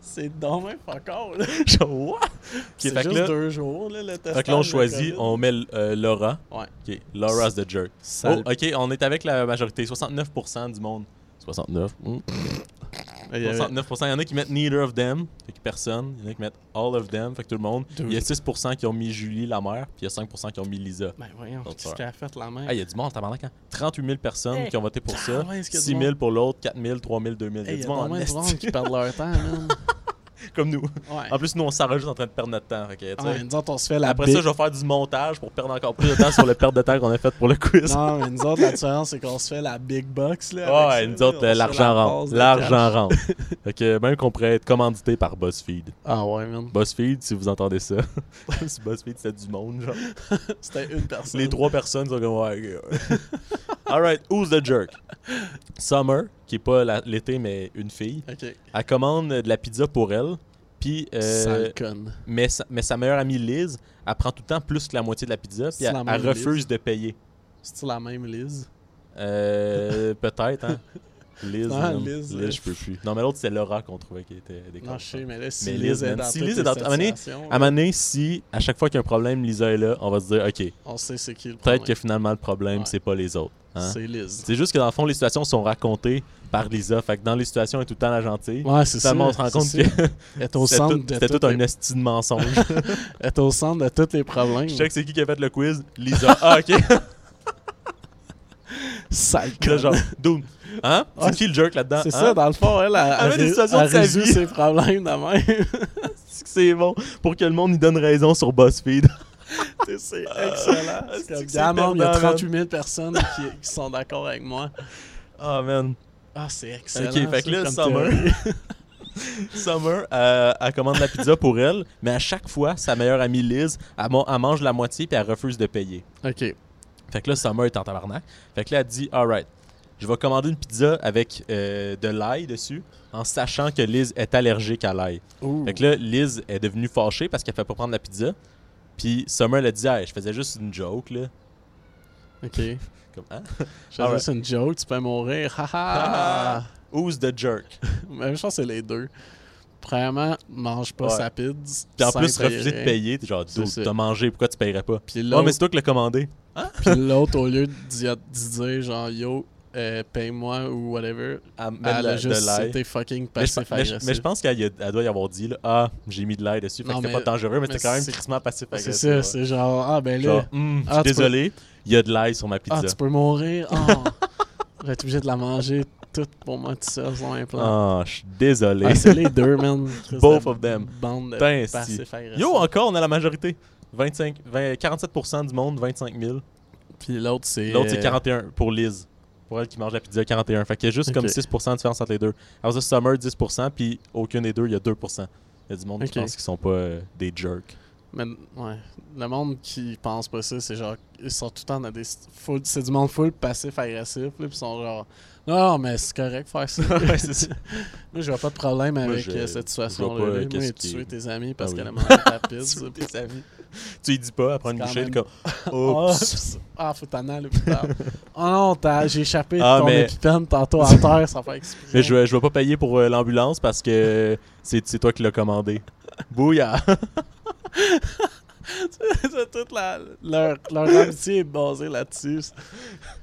Speaker 2: C'est dommage, pas encore. là.
Speaker 4: Genre, what? Ok,
Speaker 2: C'est
Speaker 4: fait que
Speaker 2: juste
Speaker 4: là,
Speaker 2: deux jours, là, le test.
Speaker 4: fait que là, on choisit, on met euh, Laura.
Speaker 2: Ouais.
Speaker 4: Ok, Laura's the jerk.
Speaker 2: Ça-
Speaker 4: Oh, ok, on est avec la majorité, 69% du monde. 69. mm.
Speaker 2: Il y avait-
Speaker 4: 9%. Il y en a qui mettent neither of them, fait que personne. Il y en a qui mettent all of them, fait que tout le monde.
Speaker 2: Dude.
Speaker 4: Il y a 6% qui ont mis Julie, la mère, puis il y a 5% qui ont mis Lisa.
Speaker 2: Ben voyons,
Speaker 4: L'autre
Speaker 2: qu'est-ce
Speaker 4: soir.
Speaker 2: qu'elle a fait la mère?
Speaker 4: Ah, il y a du monde, tabarnak, hein? 38 000 personnes
Speaker 3: Hey.
Speaker 4: qui ont voté pour ça,
Speaker 2: Ah ouais, est-ce qu'il y a du
Speaker 4: 6 000 pour l'autre, 4 000, 3 000, 2 000.
Speaker 2: Hey,
Speaker 4: il y a du
Speaker 2: tellement
Speaker 4: monde en
Speaker 2: de
Speaker 4: esti,
Speaker 2: monde qui perdent leur temps, man.
Speaker 4: comme nous.
Speaker 2: Ouais. Ah
Speaker 4: En plus, nous, on s'arrête juste en train de perdre notre temps. fait que, tu sais.
Speaker 2: Ouais, nous autres, on se fait la
Speaker 4: Ah Après
Speaker 2: big-
Speaker 4: ça, je vais faire du montage pour perdre encore plus de temps sur le perte de temps qu'on a fait pour le quiz.
Speaker 2: Non, mais nous autres, la différence, c'est qu'on se fait la big box. Là,
Speaker 4: Ah ouais,
Speaker 2: avec ça,
Speaker 4: nous
Speaker 2: là.
Speaker 4: autres,
Speaker 2: On se fait
Speaker 4: l'argent
Speaker 2: la base
Speaker 4: rentre.
Speaker 2: de
Speaker 4: L'argent
Speaker 2: cash.
Speaker 4: rentre. fait que même qu'on pourrait être commandité par BuzzFeed.
Speaker 2: Ah ouais, man.
Speaker 4: BuzzFeed, si vous entendez ça. Comme si BuzzFeed, c'était du monde, genre.
Speaker 2: C'était une personne.
Speaker 4: Les trois personnes sont comme, ouais, ok, ouais. Alright, who's the jerk? Summer, qui est pas la- l'été, mais une fille.
Speaker 2: Ok.
Speaker 4: Elle commande euh, de la pizza pour elle. Puis, euh,
Speaker 2: Sale conne.
Speaker 4: mais, sa, mais sa meilleure amie Liz, elle prend tout le temps plus que la moitié de la pizza. Puis
Speaker 2: C'est
Speaker 4: elle,
Speaker 2: la
Speaker 4: elle
Speaker 2: même
Speaker 4: refuse
Speaker 2: Liz.
Speaker 4: de payer.
Speaker 2: C'est-tu la même Liz?
Speaker 4: Euh, peut-être, hein. Liz,
Speaker 2: Ah,
Speaker 4: man.
Speaker 2: Liz,
Speaker 4: Liz,
Speaker 2: euh,
Speaker 4: je peux plus. Non, mais l'autre, c'est Laura qu'on trouvait qui était déconnectée.
Speaker 2: Non, je sais, mais là, si
Speaker 4: Mais
Speaker 2: Liz
Speaker 4: Liz,
Speaker 2: est
Speaker 4: man,
Speaker 2: dans
Speaker 4: si
Speaker 2: toutes
Speaker 4: Liz
Speaker 2: les
Speaker 4: est dans- à un moment donné,
Speaker 2: situations,
Speaker 4: À un moment donné, si à chaque fois qu'il y a un problème, Lisa est là, on va se dire, OK,
Speaker 2: on sait c'est qui le
Speaker 4: peut-être
Speaker 2: problème.
Speaker 4: que finalement, le problème,
Speaker 2: Ouais.
Speaker 4: c'est pas les autres. hein.
Speaker 2: C'est Liz.
Speaker 4: C'est juste que dans le fond, les situations sont racontées par Lisa. Fait que dans les situations, elle est tout le temps la gentille.
Speaker 2: Ouais, c'est ça.
Speaker 4: Finalement, on se rend
Speaker 2: c'est
Speaker 4: compte
Speaker 2: ça.
Speaker 4: que
Speaker 2: Elle est au
Speaker 4: c'était
Speaker 2: centre
Speaker 4: tout,
Speaker 2: de
Speaker 4: c'était tout
Speaker 2: toutes
Speaker 4: un
Speaker 2: les-
Speaker 4: esti de mensonge.
Speaker 2: elle est au centre de tous les problèmes.
Speaker 4: je sais que c'est qui qui a fait le quiz. Lisa. Ah, OK.
Speaker 2: Sale
Speaker 4: Là,
Speaker 2: conne.
Speaker 4: genre, dude. Hein? C'est
Speaker 2: Ouais.
Speaker 4: qui le jerk là-dedans?
Speaker 2: C'est
Speaker 4: hein?
Speaker 2: ça, dans le fond, elle, elle,
Speaker 4: Amène
Speaker 2: elle
Speaker 4: une situation
Speaker 2: elle
Speaker 4: de sa
Speaker 2: résout
Speaker 4: vie.
Speaker 2: ses problèmes de même.
Speaker 4: C'est que c'est bon pour que le monde y donne raison sur BuzzFeed.
Speaker 2: c'est excellent.
Speaker 4: c'est
Speaker 2: C'est comme,
Speaker 4: Ah, que c'est
Speaker 2: Gamin, il y a
Speaker 4: perdant,
Speaker 2: 38 000 personnes qui, qui sont d'accord avec moi.
Speaker 4: Ah, man.
Speaker 2: Ah, c'est excellent.
Speaker 4: Ok, fait que
Speaker 2: ça,
Speaker 4: là,
Speaker 2: comme
Speaker 4: Summer-
Speaker 2: théorie.
Speaker 4: Summer, euh, elle commande la pizza pour elle, mais à chaque fois, sa meilleure amie Liz, elle, man- elle mange la moitié puis elle refuse de payer.
Speaker 2: Ok.
Speaker 4: Fait que là, Summer est en tabarnak. Fait que là, elle dit Alright, je vais commander une pizza avec euh, de l'ail dessus, en sachant que Liz est allergique à l'ail.
Speaker 2: Ouh.
Speaker 4: Fait que là, Liz est devenue fâchée parce qu'elle ne fait pas prendre la pizza. Puis Summer, elle a dit Hey, Je faisais juste une joke, là.
Speaker 2: Ok. Je
Speaker 4: Comme, hein?
Speaker 2: faisais
Speaker 4: Alright.
Speaker 2: juste une joke, tu peux mourir. Haha.
Speaker 4: Who's the jerk?
Speaker 2: Mais je pense que c'est les deux. Premièrement, mange pas
Speaker 4: Ouais.
Speaker 2: sa pizza.
Speaker 4: Puis en
Speaker 2: sans
Speaker 4: plus,
Speaker 2: payer
Speaker 4: refuser de
Speaker 2: rien.
Speaker 4: payer. T'es genre,
Speaker 2: C'est
Speaker 4: Dude,
Speaker 2: ça.
Speaker 4: t'as mangé, pourquoi tu payerais pas?
Speaker 2: Puis
Speaker 4: Non,
Speaker 2: l'autre,
Speaker 4: mais c'est toi qui l'as commandé.
Speaker 2: puis l'autre, au lieu d'y d'y dire genre yo, euh, paye-moi ou whatever,
Speaker 4: Elle, met
Speaker 2: elle
Speaker 4: Ben, de la-
Speaker 2: a
Speaker 4: de
Speaker 2: juste
Speaker 4: l'ail.
Speaker 2: c'était fucking
Speaker 4: Mais je, mais je-
Speaker 2: passif-agressif.
Speaker 4: mais je pense qu'elle y a- elle doit y avoir dit là, Ah, j'ai mis de l'ail dessus, fait
Speaker 2: Non,
Speaker 4: que c'était
Speaker 2: mais-
Speaker 4: pas dangereux, mais,
Speaker 2: mais
Speaker 4: c'était quand même
Speaker 2: c'est-
Speaker 4: crissement
Speaker 2: C'est
Speaker 4: passif-agressif.
Speaker 2: ça,
Speaker 4: ouais.
Speaker 2: c'est genre ah ben là.
Speaker 4: Genre, Hum, je
Speaker 2: Ah, tu
Speaker 4: suis
Speaker 2: peux-
Speaker 4: désolé, il y a de l'ail sur ma pizza.
Speaker 2: Ah, tu peux mourir. Oh. Je vais être obligé de la manger toute pour moi tout seul sur un plan.
Speaker 4: Ah, je suis désolé.
Speaker 2: Ah, c'est les deux, man. Christ
Speaker 4: Both
Speaker 2: de
Speaker 4: of them.
Speaker 2: Bande de
Speaker 4: Putain, si.
Speaker 2: passifs
Speaker 4: Yo, encore, on a la majorité. 25, 20 47% du monde, 25 000.
Speaker 2: Puis l'autre, c'est.
Speaker 4: L'autre, c'est
Speaker 2: euh,
Speaker 4: 41 pour Liz. Pour elle qui mange la pizza, 41. Fait qu'il y a juste comme
Speaker 2: Ok.
Speaker 4: 6 de différence entre les deux. Alors, ça, Summer, 10 puis aucune des deux, il y a 2 Il y a du monde
Speaker 2: Ok.
Speaker 4: qui pense qu'ils sont pas euh, des jerks.
Speaker 2: Mais, ouais. Le monde qui pense pas ça, c'est genre. Ils sont tout le temps dans des. full- C'est du monde full passif-agressif, là. Puis ils sont genre. Non, non, mais c'est correct faire ça.
Speaker 4: Ouais, c'est ça.
Speaker 2: Moi, je vois pas de problème avec
Speaker 4: je-
Speaker 2: euh, cette
Speaker 4: je vois
Speaker 2: situation-là.
Speaker 4: pas
Speaker 2: là. Moi,
Speaker 4: qu'est-ce qui-
Speaker 2: tuer tes amis parce
Speaker 4: Ah
Speaker 2: qu'elle a
Speaker 4: oui.
Speaker 2: mangé ta pizza.
Speaker 4: Tuer tes amis. Tu y dis pas, elle prend une bouchée,
Speaker 2: C'est quand même-
Speaker 4: comme. Oups.
Speaker 2: Oups. Ah, faut t'en aller plus tard. Oh non, t'as- j'ai échappé de
Speaker 4: Ah,
Speaker 2: ton
Speaker 4: mais-
Speaker 2: épipène tantôt à terre, ça fait exprès.
Speaker 4: Mais je vais, je vais pas payer pour euh, l'ambulance parce que c'est c'est toi qui l'as commandé. Bouillard!
Speaker 2: C'est toute la- leur, leur amitié est basée là-dessus.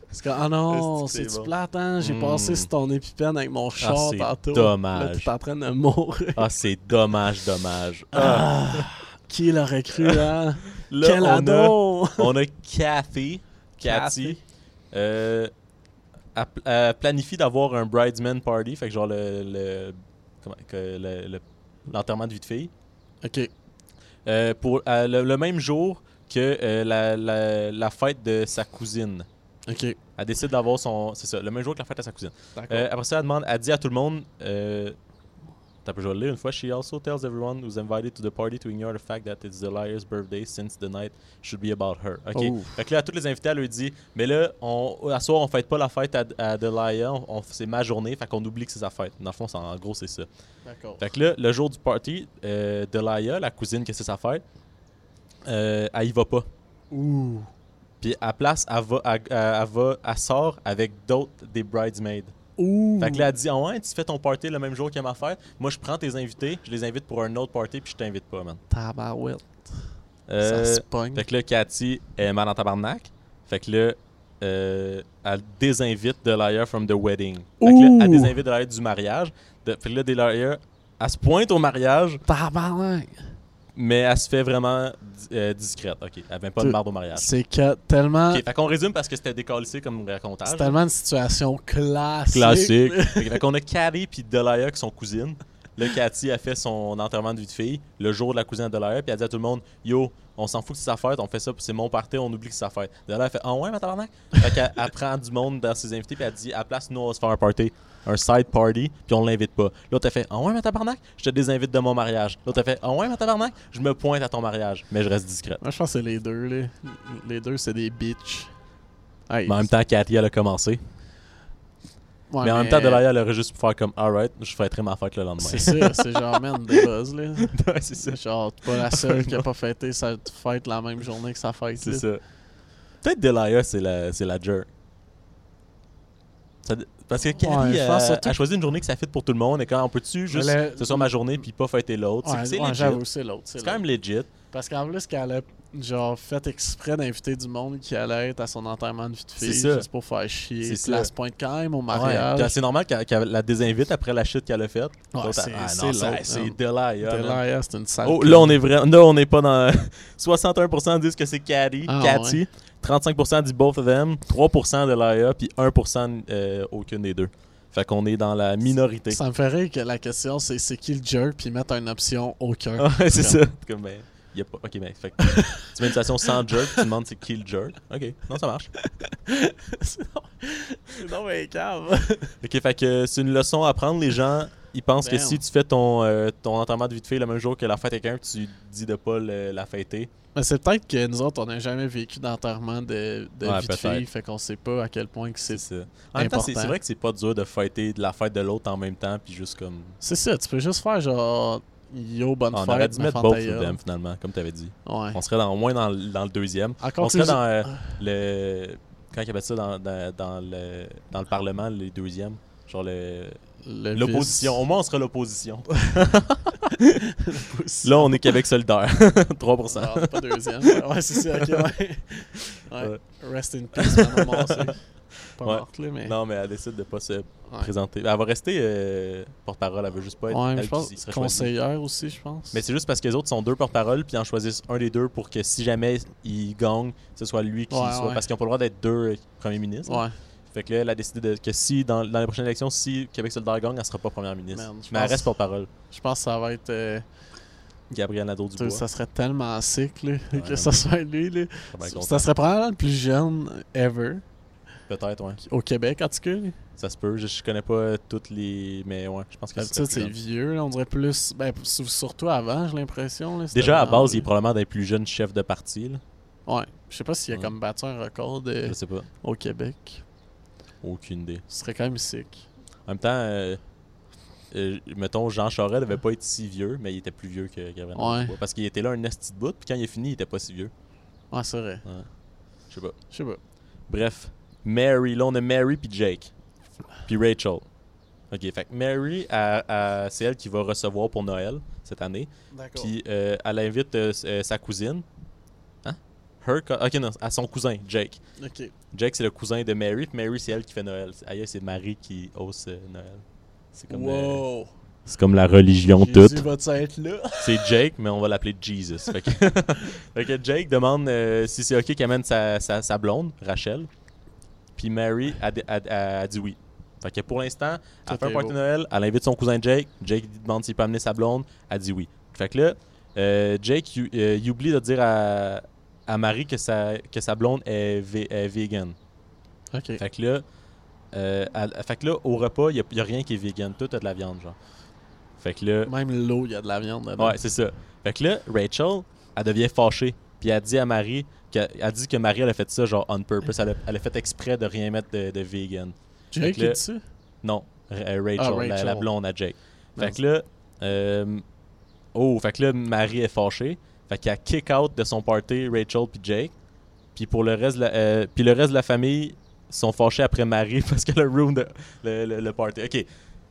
Speaker 2: Parce que, ah non,
Speaker 4: Est-ce que
Speaker 2: c'est-tu
Speaker 4: c'est bon?
Speaker 2: plate, hein? J'ai
Speaker 4: Mm.
Speaker 2: passé sur ton épipène avec mon char
Speaker 4: c'est
Speaker 2: tantôt.
Speaker 4: dommage.
Speaker 2: Là, t'es en train de mourir.
Speaker 4: Ah, c'est dommage, dommage. Ah,
Speaker 2: Ah, qui l'aurait cru, hein?
Speaker 4: là,
Speaker 2: Quel
Speaker 4: on a,
Speaker 2: ado!
Speaker 4: on a Kathy. Cathy. Euh, elle pl- elle planifie d'avoir un bridesman party, fait que genre le. le comment- que le- le- l'enterrement de vie de fille.
Speaker 2: Ok,
Speaker 4: Euh, pour, euh, le, le même jour que euh, la, la- la fête de sa cousine.
Speaker 2: ok,
Speaker 4: Elle décide d'avoir son. C'est ça, le même jour que la fête à sa cousine.
Speaker 2: d'accord.
Speaker 4: Euh, après ça, elle demande, elle dit à tout le monde. Euh, T'as pas joué une fois. She also tells everyone who's invited to the party to ignore the fact that it's the liar's birthday since the night should be about her. Ok.
Speaker 2: Oh.
Speaker 4: Fait que là, à tous les invités, elle lui dit, mais là, on, à soir, on fête pas la fête à, à Delia, on, on- c'est ma journée, fait qu'on oublie que c'est sa fête. Dans le fond, c'est- en gros, c'est ça.
Speaker 2: d'accord.
Speaker 4: Fait que là, le jour du party, euh, Delia, la cousine que c'est sa fête, euh, elle y va pas.
Speaker 2: Ouh.
Speaker 4: Puis à place, elle va, elle- elle- elle va, elle sort avec d'autres des bridesmaids.
Speaker 2: Ouh.
Speaker 4: Fait que là, elle dit, ah ouais, tu fais ton party le même jour que ma fête. Moi, je prends tes invités, je les invite pour un autre party, puis je t'invite pas, man.
Speaker 2: Tabarouette.
Speaker 4: Euh,
Speaker 2: ça se pogne.
Speaker 4: fait que là, Cathy est mal en tabarnak. Fait que là, euh, elle désinvite Delia from the wedding. Fait que là, elle
Speaker 2: Ouh!
Speaker 4: désinvite Delia du mariage. De- Fait que là, Delaria, elle se pointe au mariage,
Speaker 2: Tabarnak!
Speaker 4: mais elle se fait vraiment di- euh, discrète. OK, elle vient pas de
Speaker 2: Tu-
Speaker 4: marde au mariage.
Speaker 2: C'est que tellement.
Speaker 4: Ah. OK, fait qu'on résume parce que c'était décalissé comme racontage.
Speaker 2: C'est tellement une situation classique.
Speaker 4: Classique. fait que- fait qu'on a Carrie puis Delia qui sont cousines. Là, Cathy a fait son enterrement de vie de fille le jour de la cousine à Delia, puis elle dit à tout le monde Yo, on s'en fout que c'est sa fête, on fait ça, puis c'est mon party, on oublie que c'est sa fête. Delia elle fait Ah ouais, ma tabarnak Fait qu'elle elle prend du monde dans ses invités, puis elle dit À place, nous, on va se faire un party, un side party, puis on l'invite pas. L'autre, elle fait Ah ouais, ma tabarnak Je te désinvite de mon mariage. L'autre, elle fait Ah ouais, ma tabarnak Je me pointe à ton mariage, mais je reste discrète.
Speaker 2: Moi, je pense que c'est les deux, là. Les deux, c'est des bitches. Hey,
Speaker 4: Mais en même temps, Cathy, elle a commencé.
Speaker 2: ouais,
Speaker 4: mais en même temps, Delia, elle aurait juste pu faire comme Alright, je fêterai ma fête le lendemain.
Speaker 2: C'est ça, c'est genre, man, des buzz, là.
Speaker 4: Ouais, c'est ça.
Speaker 2: C'est genre, t'es pas la seule qui a pas fêté sa fête la même journée que sa fête.
Speaker 4: C'est
Speaker 2: là.
Speaker 4: ça. Peut-être Delia, c'est la, c'est la jerk. Ça d- parce que Carrie
Speaker 2: je
Speaker 4: elle-
Speaker 2: pense
Speaker 4: elle
Speaker 2: surtout-
Speaker 4: a choisi une journée que ça fit pour tout le monde. Et quand on peut-tu juste
Speaker 2: Mais le-
Speaker 4: ce soit ma journée puis pas fêter l'autre?
Speaker 2: Ouais,
Speaker 4: C'est- c'est
Speaker 2: ouais,
Speaker 4: legit.
Speaker 2: j'avoue, c'est l'autre.
Speaker 4: C'est quand même legit.
Speaker 2: Parce qu'en plus, qu'elle a genre fait exprès d'inviter du monde qui allait être à son enterrement de vie de
Speaker 4: C'est
Speaker 2: fille,
Speaker 4: ça.
Speaker 2: juste pour faire chier.
Speaker 4: C'est
Speaker 2: Puis
Speaker 4: ça. Ah
Speaker 2: là, elle se pointe quand même au
Speaker 4: Ouais,
Speaker 2: mariage.
Speaker 4: puis c'est normal qu'elle qu'elle la désinvite après la shit qu'elle a faite. L'autre,
Speaker 2: c'est-
Speaker 4: elle- ah,
Speaker 2: c'est
Speaker 4: non, ça-
Speaker 2: l'autre,
Speaker 4: c'est
Speaker 2: man.
Speaker 4: Delia. man.
Speaker 2: Delia, c'est une sale.
Speaker 4: Oh, là, on est vraiment. Là, on n'est pas dans. 61% disent que c'est Carrie,
Speaker 2: Ah,
Speaker 4: Cathy.
Speaker 2: ouais.
Speaker 4: 35% disent both of them. 3% de Laia, puis 1% euh, aucune des deux. Fait qu'on est dans la minorité.
Speaker 2: Ça me ferait que la question, c'est c'est qui le jerk, puis mettre une option
Speaker 4: Ah,
Speaker 2: aucun.
Speaker 4: ouais, c'est ça. Comme, ben, y a pas. Ok, ben, fait que tu mets une station sans jerk, tu demandes c'est qui le jerk. Ok, non, ça marche.
Speaker 2: non, mais calme.
Speaker 4: Ok, fait que c'est une leçon à prendre. Les gens, ils pensent que
Speaker 2: Damn.
Speaker 4: si tu fais ton, euh, ton enterrement de vie de fille le même jour que la fête à quelqu'un, tu dis de pas le- la fêter.
Speaker 2: Mais Ben, c'est peut-être que nous autres, on n'a jamais vécu d'enterrement de, de
Speaker 4: Ouais,
Speaker 2: vie de
Speaker 4: peut-être.
Speaker 2: fille, fait qu'on sait pas à quel point que c'est.
Speaker 4: C'est ça. En même temps, c'est
Speaker 2: Important.
Speaker 4: c'est vrai que c'est pas dur de fêter de la fête de l'autre en même temps, puis juste comme.
Speaker 2: C'est ça, tu peux juste faire genre. Yo, bonne
Speaker 4: Ah, on
Speaker 2: fête.
Speaker 4: aurait dû
Speaker 2: ma
Speaker 4: mettre
Speaker 2: femme
Speaker 4: both of
Speaker 2: ta gueule.
Speaker 4: them finalement, comme t'avais dit.
Speaker 2: Ouais.
Speaker 4: On serait dans, au moins dans, le- dans le deuxième.
Speaker 2: Encore Ah.
Speaker 4: on serait
Speaker 2: plus-
Speaker 4: dans euh, le. Quand ils appellent ça dans, dans, dans le, dans le Parlement, les deuxièmes. Genre le.
Speaker 2: Le
Speaker 4: L'opposition. Au moins, on serait l'opposition.
Speaker 2: vice-
Speaker 4: Là, on est Québec solidaire. 3%.
Speaker 2: Ah, pas deuxième. Ouais, c'est ça, ok, ouais. ouais. Rest in peace, maman Massé. Pas
Speaker 4: Ouais.
Speaker 2: morte, là, mais.
Speaker 4: Non, mais elle décide de pas se
Speaker 2: Ouais.
Speaker 4: présenter. Elle va rester euh, porte-parole. Elle veut juste pas être
Speaker 2: Ouais, mais
Speaker 4: elle
Speaker 2: je pense.
Speaker 4: qui serait choisie.
Speaker 2: Conseillère aussi, je pense.
Speaker 4: Mais c'est juste parce que les autres sont deux porte-parole, puis ils en choisissent un des deux pour que si jamais ils gagnent, ce soit lui qui
Speaker 2: Ouais,
Speaker 4: soit.
Speaker 2: ouais.
Speaker 4: Parce qu'ils n'ont pas le droit d'être deux euh, premiers ministres.
Speaker 2: Ouais.
Speaker 4: Fait que là, elle a décidé de- que si, dans, dans les prochaines élections, si Québec solidaire gagne, elle sera pas première ministre.
Speaker 2: Man, je
Speaker 4: mais elle
Speaker 2: pense-
Speaker 4: reste porte-parole.
Speaker 2: Je pense que ça va être. euh,
Speaker 4: Gabriel Nadeau-Dubois.
Speaker 2: tu sais, ça serait tellement sick, là, que
Speaker 4: Ouais.
Speaker 2: ça soit lui, là.
Speaker 4: Je serais bien content.
Speaker 2: Ça serait probablement le plus jeune ever,
Speaker 4: Peut-être, ouais.
Speaker 2: au Québec en tout cas. là.
Speaker 4: Ça se peut. Je, je connais pas euh, toutes les. Mais ouais, je pense que
Speaker 2: D'habitude,
Speaker 4: c'est
Speaker 2: Ah, c'est vieux, là, on dirait plus. Ben, sou- surtout avant, j'ai l'impression. là, c'était
Speaker 4: Déjà, à
Speaker 2: vraiment-
Speaker 4: base, il est probablement d'un plus jeune chef de parti. Là.
Speaker 2: Ouais. Je sais pas s'il a
Speaker 4: Ouais.
Speaker 2: comme battu un record de-
Speaker 4: Je sais pas.
Speaker 2: au Québec.
Speaker 4: Aucune idée.
Speaker 2: Ce serait quand même sick.
Speaker 4: En même temps, euh, euh, mettons, Jean Charest devait pas être si vieux, mais il était plus vieux que Gabriel
Speaker 2: Ouais.
Speaker 4: Nadeau-Dubois. Parce qu'il était là un esti de bout, puis quand il est fini, il était pas si vieux.
Speaker 2: Ouais, c'est vrai.
Speaker 4: Je sais pas.
Speaker 2: Je sais pas.
Speaker 4: Bref, Mary, là on a Mary puis Jake. Puis Rachel. Ok, fait que Mary, elle- elle- c'est elle qui va recevoir pour Noël cette année.
Speaker 2: D'accord.
Speaker 4: Puis euh, elle invite euh, s- euh, sa cousine. Hein? Her co- ok, non, à son cousin, Jake.
Speaker 2: Ok.
Speaker 4: Jake, c'est le cousin de Mary. Puis Mary, c'est elle qui fait Noël. C'est- Ailleurs, c'est Marie qui hausse euh, Noël. C'est comme, euh,
Speaker 2: wow.
Speaker 4: c'est comme la religion
Speaker 2: Jésus va-tu être là?
Speaker 4: c'est Jake, mais on va l'appeler Jesus. Fait que, Fait que Jake demande euh, si c'est OK qu'il amène sa, sa- sa blonde, Rachel. Puis Mary a, dé- a- a- a dit oui. Fait que pour l'instant,
Speaker 2: Tout
Speaker 4: elle fait un
Speaker 2: est
Speaker 4: party
Speaker 2: beau.
Speaker 4: de Noël, elle invite son cousin Jake. Jake lui demande s'il peut amener sa blonde. Elle dit oui. Fait que là, euh, Jake, il- euh, il oublie de dire à, à Marie que sa, que sa blonde est, ve- est vegan.
Speaker 2: Ok.
Speaker 4: Fait que là, euh, elle- fait que là au repas, il n'y a, rien qui est vegan. Tout a de la viande, genre. Fait que là,
Speaker 2: Même l'eau, il y a de la viande dedans.
Speaker 4: Ouais, c'est ça. Fait que là, Rachel, elle devient fâchée. Puis elle dit à Marie, que, elle dit que Marie, elle a fait ça genre on purpose. Elle a, elle a fait exprès de rien mettre de, de vegan.
Speaker 2: Jake,
Speaker 4: Fait que
Speaker 2: il dit ça?
Speaker 4: Non, R- euh, Rachel, la-
Speaker 2: Ah,
Speaker 4: La,
Speaker 2: Rachel.
Speaker 4: blonde à Jake. Fait
Speaker 2: Mince.
Speaker 4: que là, euh, oh, fait que là, Marie est fâchée. Fait qu'elle kick out de son party Rachel puis Jake. Puis pour le reste, de la, euh, puis le reste de la famille sont fâchés après Marie parce qu'elle a ruined le- le, le- le party. Ok,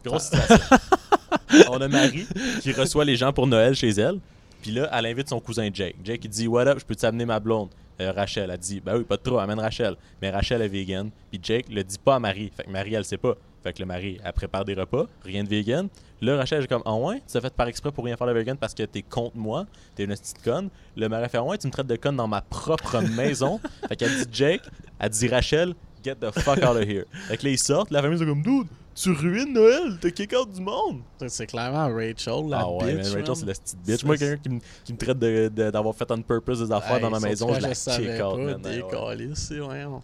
Speaker 4: grosse situation. On a Marie qui reçoit les gens pour Noël chez elle. Puis là, elle invite son cousin Jake. Jake, il dit What up, je peux t'amener ma blonde Euh, Rachel, elle dit Bah oui, pas de trop, amène Rachel. Mais Rachel est vegan. Puis Jake le dit pas à Marie. Fait que Marie, elle sait pas. Fait que le mari, elle prépare des repas, rien de vegan. Là, Rachel, est comme, ah ouais, tu t'es fait par exprès pour rien faire de vegan parce que t'es contre moi, t'es une petite conne. Le mari fait, Ah ouais, tu me traites de conne dans ma propre maison. Fait qu'elle dit Jake, elle dit Rachel, get the fuck out of here. Fait que là, ils sortent, la famille, est comme, dude, tu ruines Noël, t'es kick out du monde.
Speaker 2: C'est- C'est clairement Rachel, la
Speaker 4: ah ouais,
Speaker 2: bitch.
Speaker 4: man,
Speaker 2: man.
Speaker 4: Rachel, c'est la petite bitch. Moi, quelqu'un qui, me- qui me traite de- de- d'avoir fait on purpose des affaires
Speaker 2: Hey,
Speaker 4: dans ma
Speaker 2: surtout
Speaker 4: maison,
Speaker 2: quand
Speaker 4: je la
Speaker 2: savais
Speaker 4: kick out,
Speaker 2: pas,
Speaker 4: man. Ouais,
Speaker 2: des
Speaker 4: ouais.
Speaker 2: câlisses, c'est hein. vraiment-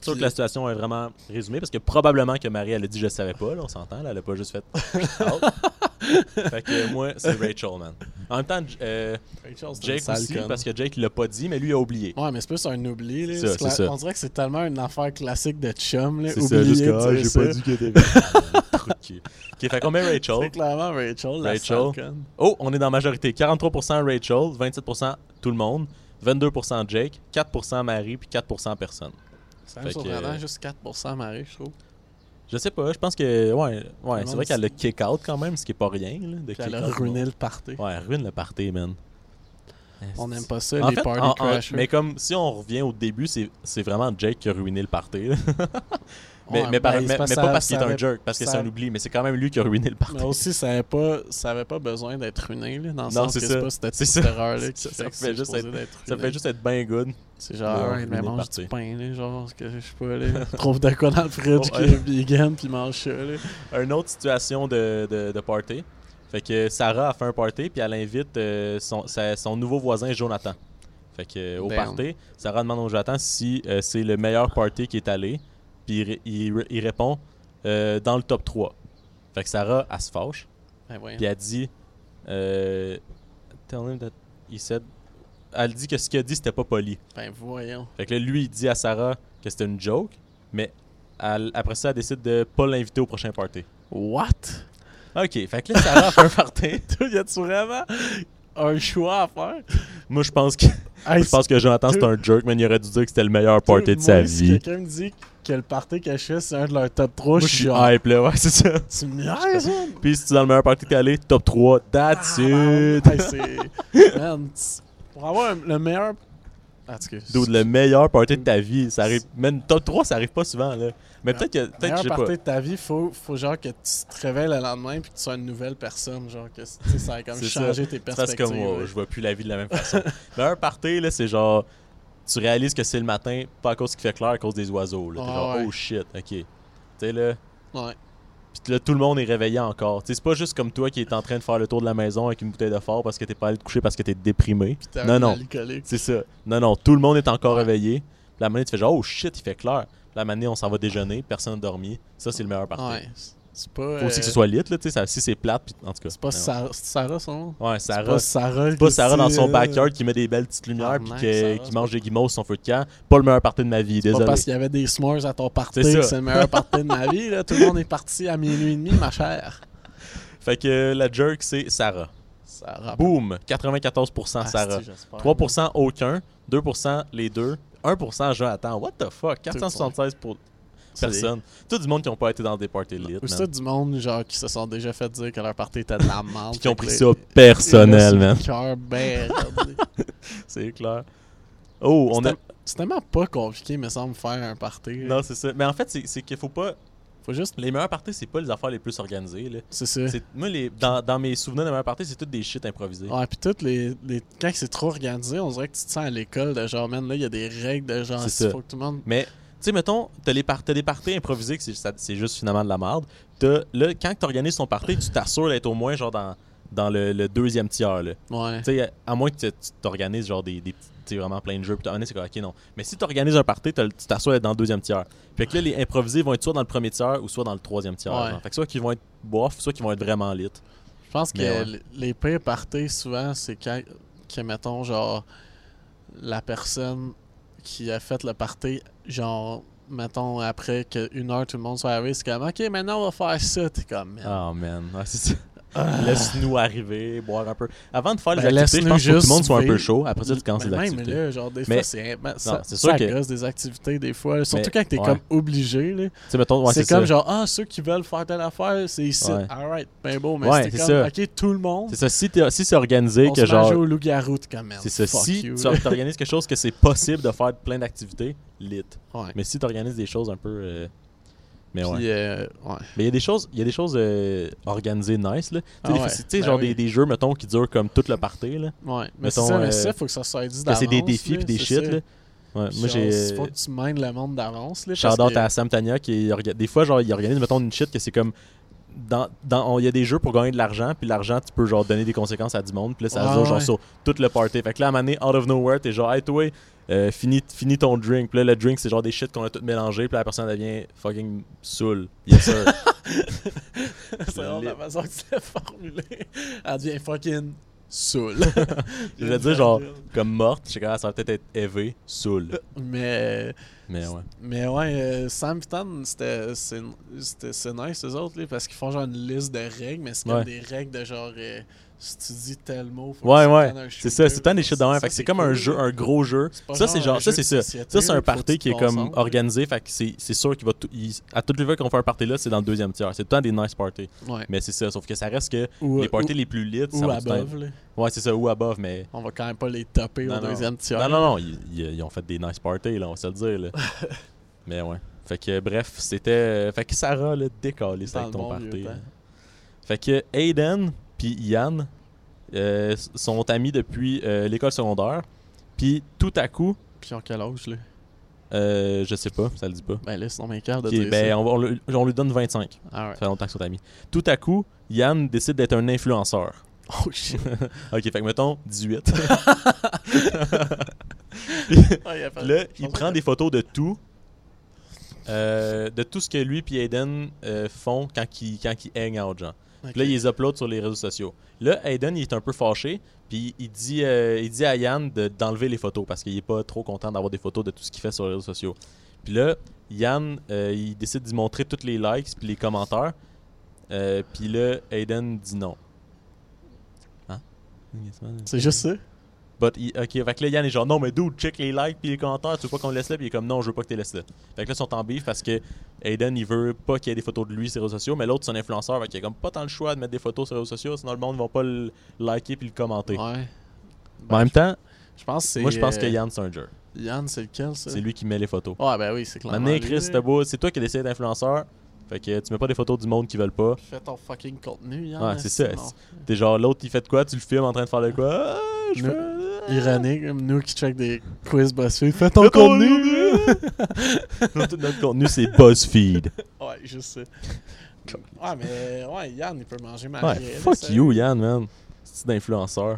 Speaker 4: C'est sûr que la situation est vraiment résumée parce que probablement que Marie, elle a dit je savais pas, là, on s'entend, là, elle a pas juste fait. Out. fait que moi, c'est Rachel, man. En même temps, J- euh,
Speaker 2: Rachel, c'est une
Speaker 4: Jake
Speaker 2: sale
Speaker 4: aussi,
Speaker 2: conne.
Speaker 4: parce que Jake l'a pas dit, mais lui, il a oublié.
Speaker 2: Ouais, mais c'est plus un oubli. Là.
Speaker 4: C'est ça,
Speaker 2: C'est
Speaker 4: c'est
Speaker 2: cla-
Speaker 4: ça.
Speaker 2: On dirait que c'est tellement une affaire classique de chum. Là.
Speaker 4: C'est
Speaker 2: Oublier
Speaker 4: ça, juste que
Speaker 2: de
Speaker 4: ah,
Speaker 2: dire
Speaker 4: j'ai
Speaker 2: ça.
Speaker 4: pas dit qu'il était vegan. Trou de cul. Ok, fait qu'on met Rachel.
Speaker 2: C'est clairement Rachel, la
Speaker 4: Rachel.
Speaker 2: sale conne.
Speaker 4: Oh, on est dans la majorité. 43% Rachel, 27% tout le monde, 22% Jake, 4% Marie, puis 4% personne.
Speaker 2: C'est même
Speaker 4: Fait que- euh,
Speaker 2: surprenant, juste 4% Marie, je trouve.
Speaker 4: Je sais pas, je pense que. Ouais, ouais
Speaker 2: monde
Speaker 4: c'est vrai qu'elle le kick out quand même, ce qui est pas rien. Là, de
Speaker 2: Puis elle
Speaker 4: kick
Speaker 2: a
Speaker 4: out.
Speaker 2: ruiné le party.
Speaker 4: Ouais, elle ruine le party, man.
Speaker 2: On n'aime pas ça,
Speaker 4: En
Speaker 2: les
Speaker 4: fait,
Speaker 2: party
Speaker 4: en- en-
Speaker 2: crashers.
Speaker 4: mais comme si on revient au début, c'est c'est vraiment Jake qui a ruiné le party. là. mais,
Speaker 2: Ouais,
Speaker 4: mais, par-
Speaker 2: ben,
Speaker 4: mais-
Speaker 2: c'est parce
Speaker 4: mais
Speaker 2: que
Speaker 4: pas
Speaker 2: ça-
Speaker 4: parce qu'il est
Speaker 2: ça
Speaker 4: un
Speaker 2: avait-
Speaker 4: jerk, parce que
Speaker 2: ça-
Speaker 4: c'est un oubli, mais c'est quand même lui qui a ruiné le party.
Speaker 2: Mais aussi, ça n'avait pas, ça avait pas besoin d'être ruiné, là, dans le
Speaker 4: Non,
Speaker 2: sens
Speaker 4: c'est
Speaker 2: que
Speaker 4: ça.
Speaker 2: c'est pas cette
Speaker 4: C'est
Speaker 2: petite
Speaker 4: ça.
Speaker 2: erreur-là qui
Speaker 4: Ça-
Speaker 2: fait
Speaker 4: ça
Speaker 2: que
Speaker 4: fait
Speaker 2: c'est
Speaker 4: juste
Speaker 2: supposé
Speaker 4: être-
Speaker 2: d'être
Speaker 4: Ça
Speaker 2: ruiné.
Speaker 4: fait juste être bien good.
Speaker 2: C'est
Speaker 4: de
Speaker 2: genre, ouais,
Speaker 4: ruiner
Speaker 2: mais
Speaker 4: le
Speaker 2: mange
Speaker 4: party.
Speaker 2: du pain, là, genre, que je sais pas, là. Trouve de quoi dans le fridge qui est vegan, puis mange ça, là.
Speaker 4: Une autre situation de, de, de party. Fait que Sarah a fait un party, puis elle invite euh, son, sa- son nouveau voisin Jonathan. Fait que euh, au
Speaker 2: Damn.
Speaker 4: party, Sarah demande au Jonathan si euh, c'est le meilleur party qui est allé, puis il ré- il, ré- il répond euh, dans le top 3. Fait que Sarah, elle se fâche.
Speaker 2: Ben voyons.
Speaker 4: Puis elle dit. Euh, tell him that he said. Elle dit que ce qu'il a dit, c'était pas poli.
Speaker 2: Ben voyons.
Speaker 4: Fait que là, lui, il dit à Sarah que c'était une joke, mais elle- après ça, elle décide de pas l'inviter au prochain party.
Speaker 2: What?
Speaker 4: Ok, fait que là, Sarah fait un party.
Speaker 2: y a-tu vraiment un choix à faire?
Speaker 4: Moi, je pense que, je pense que Jonathan, c'est un jerk, mais il aurait dû dire que c'était le meilleur party de sa
Speaker 2: Moi, Si
Speaker 4: vie.
Speaker 2: quelqu'un me dit que le party que je fais, c'est un de leurs top 3,
Speaker 4: Moi, je suis hype, là, ouais, c'est ça.
Speaker 2: Tu me niaises, man?
Speaker 4: Puis, si tu es dans le meilleur party calé, top 3, that's it.
Speaker 2: Hey, Ah, c'est- man, t's- pour avoir un- le meilleur. Ah, excuse.
Speaker 4: Dude, le meilleur party de ta vie. Ça arrive, même top 3, ça arrive pas souvent, là. Mais peut-être que, peut-être que
Speaker 2: meilleur
Speaker 4: je sais
Speaker 2: party
Speaker 4: pas.
Speaker 2: de ta vie, faut, faut genre que tu te réveilles le lendemain puis que tu sois une nouvelle personne. Genre que tu sais, ça a comme
Speaker 4: C'est
Speaker 2: changé
Speaker 4: ça.
Speaker 2: tes
Speaker 4: C'est Parce
Speaker 2: perspectives.
Speaker 4: que moi,
Speaker 2: ouais.
Speaker 4: oh, je vois plus la vie de la même façon. Mais un party, là, c'est genre. Tu réalises que c'est le matin, pas à cause qu'il fait clair, à cause des oiseaux. Là. T'es
Speaker 2: Ah
Speaker 4: genre,
Speaker 2: ouais.
Speaker 4: oh shit, ok. Tu sais, là.
Speaker 2: Ouais.
Speaker 4: Puis là, tout le monde est réveillé encore. Tu sais, c'est pas juste comme toi qui est en train de faire le tour de la maison avec une bouteille de fort parce que t'es pas allé te coucher parce que t'es déprimé.
Speaker 2: T'es
Speaker 4: Non,
Speaker 2: un
Speaker 4: non.
Speaker 2: alcoolique.
Speaker 4: C'est ça. Non, non, tout le monde est encore réveillé. Puis la manée, tu fais genre, oh shit, il fait clair. Puis la manée, on s'en va déjeuner, personne n'a dormi. Ça, c'est le meilleur party.
Speaker 2: Ouais. C'est pas.
Speaker 4: Faut aussi que ce
Speaker 2: euh,
Speaker 4: soit lit, là, tu sais. ça- Si c'est plate, puis en tout cas.
Speaker 2: C'est pas
Speaker 4: non.
Speaker 2: Sarah, c'est Sarah son nom?
Speaker 4: Ouais,
Speaker 2: C'est
Speaker 4: Sarah,
Speaker 2: pas Sarah.
Speaker 4: pas
Speaker 2: qui
Speaker 4: Sarah dans
Speaker 2: dit,
Speaker 4: son
Speaker 2: euh,
Speaker 4: backyard qui met des belles petites lumières puis
Speaker 2: Tabarnak,
Speaker 4: que-
Speaker 2: Sarah,
Speaker 4: qui
Speaker 2: c'est
Speaker 4: mange des guimauves sur son feu de camp. Pas le meilleur party de ma vie,
Speaker 2: Pas
Speaker 4: désolé.
Speaker 2: parce qu'il y avait des s'mores à ton party
Speaker 4: C'est ça.
Speaker 2: que c'est le meilleur party de ma vie. Là. Tout le monde est parti à minuit et demi, ma chère.
Speaker 4: Fait que euh, la jerk, c'est Sarah.
Speaker 2: Sarah.
Speaker 4: Boom!
Speaker 2: Ah,
Speaker 4: 94% Sarah. 3% aucun, 2% les deux, 1% Jonathan. What the fuck? 476 pour personnes. Tout du monde qui n'ont pas été dans des parties lit, man.
Speaker 2: Ou c'est tout du monde genre, qui se sont déjà fait dire que leur party était de la merde.
Speaker 4: Puis qui ont pris ça
Speaker 2: Fait que
Speaker 4: personnel,
Speaker 2: là,
Speaker 4: man.
Speaker 2: le cœur ben raide.
Speaker 4: C'est clair. Oh, on a...
Speaker 2: C'est c'est tellement pas compliqué, me semble, faire un party. là.
Speaker 4: Non, c'est ça. Mais en fait, c'est c'est qu'il faut pas...
Speaker 2: Faut juste.
Speaker 4: Les meilleurs parties, c'est pas les affaires les plus organisées, là.
Speaker 2: C'est ça.
Speaker 4: C'est- Moi, les... dans, dans mes souvenirs de meilleurs parties, c'est toutes des shit improvisés.
Speaker 2: Ouais, puis toutes les, les- Quand c'est trop organisé, on dirait que tu te sens à l'école de genre, man, là, il y a des règles de genre,
Speaker 4: C'est
Speaker 2: il
Speaker 4: ça.
Speaker 2: faut que tout le monde.
Speaker 4: Mais, tu sais, mettons, t'as les par- t'as des parties improvisées que c'est- ça- c'est juste finalement de la merde. T'as- Là, quand t'organises ton party, tu t'assures d'être au moins genre dans, dans le, le deuxième tiers. Là.
Speaker 2: Ouais.
Speaker 4: Tu sais, à- à moins que tu tu t'organises genre des, des petits- tu sais, vraiment plein de jeux. Puis t'as- ah, c'est quoi, ok, non. Mais si t'organises un party, t'as le- tu t'assures d'être dans le deuxième tiers. Fait que là, les improvisés vont être soit dans le premier tiers ou soit dans le troisième tiers.
Speaker 2: Ouais.
Speaker 4: genre. Fait que soit qu'ils vont être bof, soit qu'ils vont être vraiment lit.
Speaker 2: Je pense que
Speaker 4: Mais ouais.
Speaker 2: l- les pires parties, souvent, c'est quand, que, mettons, genre, la personne qui a fait le party, genre, mettons, après qu'une heure, tout le monde soit arrivé, c'est comme, OK, maintenant, on va faire ça. T'es comme, man.
Speaker 4: Oh man, ouais, c'est ça. Laisse-nous arriver, boire un peu. Avant de faire les
Speaker 2: Ah. Ben,
Speaker 4: activités, je pense que
Speaker 2: laisse-nous
Speaker 4: tout le
Speaker 2: juste
Speaker 4: monde soit un peu
Speaker 2: vivre. Ben,
Speaker 4: chaud. Après ça, tu commences
Speaker 2: Mais
Speaker 4: les
Speaker 2: même
Speaker 4: activités.
Speaker 2: là, genre, des
Speaker 4: Mais-
Speaker 2: fois, c'est imp- ça,
Speaker 4: c'est sûr
Speaker 2: ça
Speaker 4: que-
Speaker 2: gosse des activités, des fois. Surtout
Speaker 4: Mais-
Speaker 2: quand t'es
Speaker 4: ouais.
Speaker 2: comme obligé. là.
Speaker 4: Tu sais, mettons, ouais,
Speaker 2: c'est comme
Speaker 4: ça.
Speaker 2: genre, ah, ceux qui veulent faire telle affaire, c'est ici.
Speaker 4: Ouais.
Speaker 2: Alright, ben beau, mais
Speaker 4: Ouais,
Speaker 2: c'est
Speaker 4: c'est
Speaker 2: comme,
Speaker 4: ça.
Speaker 2: OK, tout le monde.
Speaker 4: C'est ça, si, t'es- si c'est organisé
Speaker 2: on
Speaker 4: que
Speaker 2: se mange
Speaker 4: genre.
Speaker 2: au loup-garou, t'es comme, man,
Speaker 4: C'est ça,
Speaker 2: fuck
Speaker 4: si
Speaker 2: you,
Speaker 4: tu
Speaker 2: là.
Speaker 4: organises quelque chose que c'est possible de faire plein d'activités, lit.
Speaker 2: Ouais.
Speaker 4: Mais si tu organises des choses un peu. euh, Mais ouais.
Speaker 2: Puis, euh, ouais.
Speaker 4: Mais il y a des choses, il y a des choses euh, organisées nice. là. Tu sais,
Speaker 2: Ah
Speaker 4: des
Speaker 2: ouais,
Speaker 4: festi- tu sais,
Speaker 2: ben
Speaker 4: genre
Speaker 2: oui.
Speaker 4: des, des jeux, mettons, qui durent comme toute la partie. Là.
Speaker 2: Ouais, mais
Speaker 4: Mettons,
Speaker 2: c'est ça, mais
Speaker 4: euh,
Speaker 2: ça, faut que ça soit dit
Speaker 4: Que
Speaker 2: d'avance.
Speaker 4: c'est des défis
Speaker 2: là,
Speaker 4: puis des
Speaker 2: c'est
Speaker 4: shit.
Speaker 2: ça.
Speaker 4: Là. Ouais, moi,
Speaker 2: Genre,
Speaker 4: j'ai. euh,
Speaker 2: c'est Faut que tu mènes le monde d'avance. là, parce
Speaker 4: Shout out
Speaker 2: que-
Speaker 4: à Sam Tania qui orga- des fois genre il organise mettons une shit que c'est comme dans dans on- il y a des jeux pour gagner de l'argent puis l'argent tu peux genre donner des conséquences à du monde puis là ça
Speaker 2: Ouais,
Speaker 4: se dure genre
Speaker 2: ouais.
Speaker 4: sur tout le party fait que là à un moment donné, out of nowhere t'es genre hey toi euh, finis, finis ton drink puis là le drink c'est genre des shit qu'on a tout mélangé puis là, la personne devient fucking saoule yes sir
Speaker 2: C'est vraiment la façon que tu l'as formulé. Elle devient fucking saoule.
Speaker 4: je voulais dire genre comme morte je sais que ça va peut-être être éveillé
Speaker 2: Euh,
Speaker 4: saoule
Speaker 2: Mais,
Speaker 4: mais ouais
Speaker 2: mais ouais, euh, Sam Pitan, c'était c'est c'était- c'est nice, eux autres, là, parce qu'ils font genre une liste de règles, mais c'est comme
Speaker 4: Ouais.
Speaker 2: des règles de genre. euh, si tu dis tel mot, faut
Speaker 4: Ouais,
Speaker 2: que tu
Speaker 4: ouais.
Speaker 2: prennes un
Speaker 4: C'est ça, c'est
Speaker 2: shooter.
Speaker 4: tout le temps des shit de même. Fait que c'est comme un
Speaker 2: cool,
Speaker 4: jeu,
Speaker 2: là.
Speaker 4: un gros jeu.
Speaker 2: C'est pas
Speaker 4: Ça, c'est
Speaker 2: genre un
Speaker 4: genre, ça,
Speaker 2: jeu
Speaker 4: c'est
Speaker 2: de
Speaker 4: ça.
Speaker 2: société,
Speaker 4: Ça, c'est
Speaker 2: là,
Speaker 4: un
Speaker 2: faut que
Speaker 4: party
Speaker 2: tu
Speaker 4: qui est
Speaker 2: te
Speaker 4: comme
Speaker 2: concentres.
Speaker 4: organisé. Fait que c'est c'est sûr qu'il va tout. il- à toutes les fois qu'on fait un party là, c'est dans le deuxième tiers. C'est tout le temps des nice parties.
Speaker 2: Ouais.
Speaker 4: Mais c'est ça, sauf que ça reste que
Speaker 2: Ou,
Speaker 4: les
Speaker 2: euh,
Speaker 4: parties les plus lit,
Speaker 2: ou,
Speaker 4: ça
Speaker 2: ou
Speaker 4: va tout le temps-
Speaker 2: above, là.
Speaker 4: Ouais, c'est ça, ou above, mais.
Speaker 2: On va quand même pas les topper
Speaker 4: Non,
Speaker 2: au
Speaker 4: non.
Speaker 2: deuxième tiers.
Speaker 4: Non, non, non, ils, ils- ils ont fait des nice parties, là, on va se le dire. là. mais ouais. Fait que euh, bref, c'était. euh, Fait que Sarah, là, décalé
Speaker 2: Dans
Speaker 4: avec
Speaker 2: le
Speaker 4: ton
Speaker 2: bon vieux
Speaker 4: party.
Speaker 2: temps.
Speaker 4: là. Fait que Aiden puis Yann euh, s- sont amis depuis euh, l'école secondaire. Puis tout à coup,
Speaker 2: Puis en quel âge, là
Speaker 4: euh, je sais pas, ça le dit pas.
Speaker 2: Ben là, c'est dans mes cœurs de
Speaker 4: Ok,
Speaker 2: dire
Speaker 4: ben,
Speaker 2: ça.
Speaker 4: on, va- on lui- on lui donne 25.
Speaker 2: Ah ouais.
Speaker 4: Ça fait longtemps qu'ils sont amis. Tout à coup, Yann décide d'être un influenceur.
Speaker 2: Oh shit.
Speaker 4: Ok, fait que mettons 18.
Speaker 2: Ah, il a fait-
Speaker 4: Là,
Speaker 2: je
Speaker 4: il
Speaker 2: pense
Speaker 4: prend
Speaker 2: que-
Speaker 4: des photos de tout. Euh, de tout ce que lui et Aiden euh, font quand ils quand ils hang out, genre.
Speaker 2: Ok.
Speaker 4: Puis là, il les upload sur les réseaux sociaux. Là, Aiden, il est un peu fâché, puis il dit, euh, il dit à Yann de- d'enlever les photos parce qu'il est pas trop content d'avoir des photos de tout ce qu'il fait sur les réseaux sociaux. Puis là, Yann, euh, il décide d'y montrer tous les likes puis les commentaires. Euh, puis là, Aiden dit non. Hein?
Speaker 2: C'est juste ça
Speaker 4: But, il- ok, fait que là, Yann est genre, non, mais dude, check les likes puis les commentaires, tu veux pas qu'on le laisse là, puis il est comme, non, je veux pas que tu laisses là. Fait que là, ils sont en beef parce que Aiden, il veut pas qu'il y ait des photos de lui sur les réseaux sociaux, mais l'autre, c'est un influenceur, fait qu'il a comme pas tant le choix de mettre des photos sur les réseaux sociaux, sinon le monde va pas le liker puis le commenter.
Speaker 2: Ouais.
Speaker 4: Mais en même temps,
Speaker 2: Ben, Je pense que c'est.
Speaker 4: moi, je pense
Speaker 2: euh,
Speaker 4: que Yann, c'est un jerk.
Speaker 2: Yann, c'est lequel, ça
Speaker 4: C'est lui qui met les photos.
Speaker 2: Ouais, ben oui, c'est clairement.
Speaker 4: Maintenant,
Speaker 2: lui,
Speaker 4: Chris,
Speaker 2: là.
Speaker 4: c'était beau, c'est toi qui as décidé d'être influenceur, fait que tu mets pas des photos du monde qui veulent pas.
Speaker 2: Fais ton fucking contenu, Yann.
Speaker 4: Ouais, c'est ça.
Speaker 2: sinon.
Speaker 4: T'es genre, l'autre, il fait de quoi, tu le filmes en train de faire de quoi. Ah, je
Speaker 2: Nous-
Speaker 4: fais-
Speaker 2: Ironique, comme nous qui check des quiz BuzzFeed. Fais ton
Speaker 4: Le
Speaker 2: contenu
Speaker 4: Notre notre contenu, c'est BuzzFeed.
Speaker 2: Ouais, juste ça. Ouais, mais ouais, Yann, il peut manger ma
Speaker 4: Ouais,
Speaker 2: vie, là,
Speaker 4: fuck
Speaker 2: sérieux.
Speaker 4: you, Yann, man. C'est d'influenceur.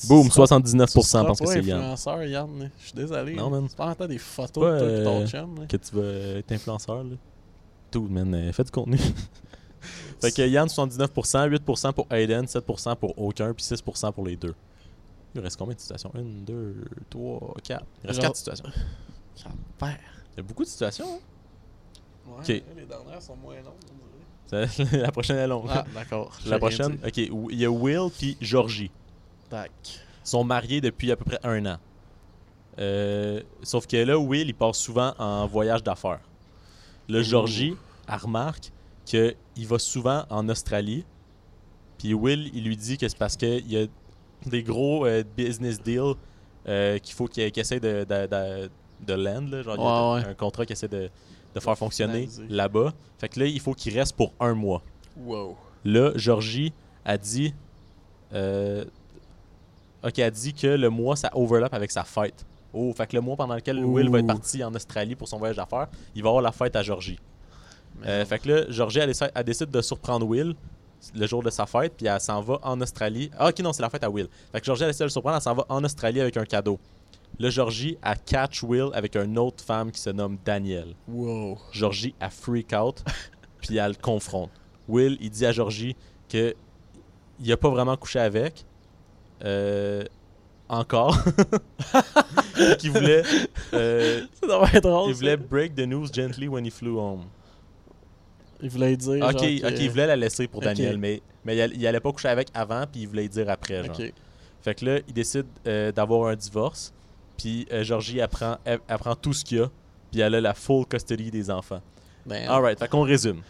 Speaker 2: Tu
Speaker 4: Boom,
Speaker 2: seras-
Speaker 4: 79%
Speaker 2: tu
Speaker 4: parce que
Speaker 2: seras
Speaker 4: c'est
Speaker 2: pas
Speaker 4: Yann.
Speaker 2: influenceur, Yann. là. Je suis désolé.
Speaker 4: Non,
Speaker 2: là.
Speaker 4: man.
Speaker 2: C'est pas en temps des photos
Speaker 4: Pas,
Speaker 2: de toi et
Speaker 4: euh,
Speaker 2: ton chum. là.
Speaker 4: Que tu veux être influenceur, là. Dude, man, euh, fais du contenu. fait que Yann, 79%, 8% pour Aiden, 7% pour aucun, puis 6% pour les deux. Il reste combien de situations 1, 2, 3, 4. Il reste
Speaker 2: Genre-
Speaker 4: 4 situations.
Speaker 2: Père.
Speaker 4: Il y a beaucoup de situations, hein.
Speaker 2: Ouais,
Speaker 4: Ok.
Speaker 2: là, les dernières sont moins longues. on
Speaker 4: C'est- La prochaine est longue.
Speaker 2: dirait. Ah, d'accord. j'ai
Speaker 4: La
Speaker 2: rien
Speaker 4: prochaine,
Speaker 2: dit.
Speaker 4: ok. Il y a Will puis Georgie.
Speaker 2: Tac.
Speaker 4: sont mariés depuis à peu près un an. Euh, sauf que là, Will, il part souvent en voyage d'affaires. Le Georgie, elle remarque qu'il va souvent en Australie. Puis Will, il lui dit que c'est parce qu'il y a des gros euh, business deals euh, qu'il faut qu'il qu'il essaie de, de, de, de land. là. Genre, il y
Speaker 2: Ouais,
Speaker 4: a un contrat qu'il essaie de, de faire fonctionner
Speaker 2: finaliser.
Speaker 4: là-bas. Fait que là, il faut qu'il reste pour un mois.
Speaker 2: Wow.
Speaker 4: Là, Georgie a dit. euh, ok, a dit que le mois, ça overlap avec sa fête. Oh, fait que le mois pendant lequel Will va être
Speaker 2: Ouh.
Speaker 4: parti en Australie pour son voyage d'affaires, il va avoir la fête à Georgie. Euh,
Speaker 2: Merde.
Speaker 4: fait que là, Georgie, elle, essa- elle décide de surprendre Will le jour de sa fête, puis elle s'en va en Australie. Ah, ok, non, c'est la fête à Will. Fait que Georgie, elle essaie de le surprendre, elle s'en va en Australie avec un cadeau. Là, Georgie, elle catch Will avec une autre femme qui se nomme Danielle.
Speaker 2: Wow.
Speaker 4: Georgie, elle freak out, puis elle le confronte. Will, il dit à Georgie que il a pas vraiment couché avec, euh, encore, Puis qu'il voulait, euh,
Speaker 2: Ça doit être drôle.
Speaker 4: il
Speaker 2: ça.
Speaker 4: voulait break the news gently when he flew home.
Speaker 2: il voulait dire.
Speaker 4: Ok,
Speaker 2: genre, que-
Speaker 4: ok, il voulait la laisser pour
Speaker 2: Ok.
Speaker 4: Daniel, mais, mais il, allait- il allait pas coucher avec avant, puis il voulait y dire après. Genre.
Speaker 2: Ok.
Speaker 4: Fait que là, il décide euh, d'avoir un divorce, puis euh, Georgie apprend, elle- elle prend tout ce qu'il y a, puis elle a la full custody des enfants.
Speaker 2: Ben,
Speaker 4: Alright, fait qu'on résume.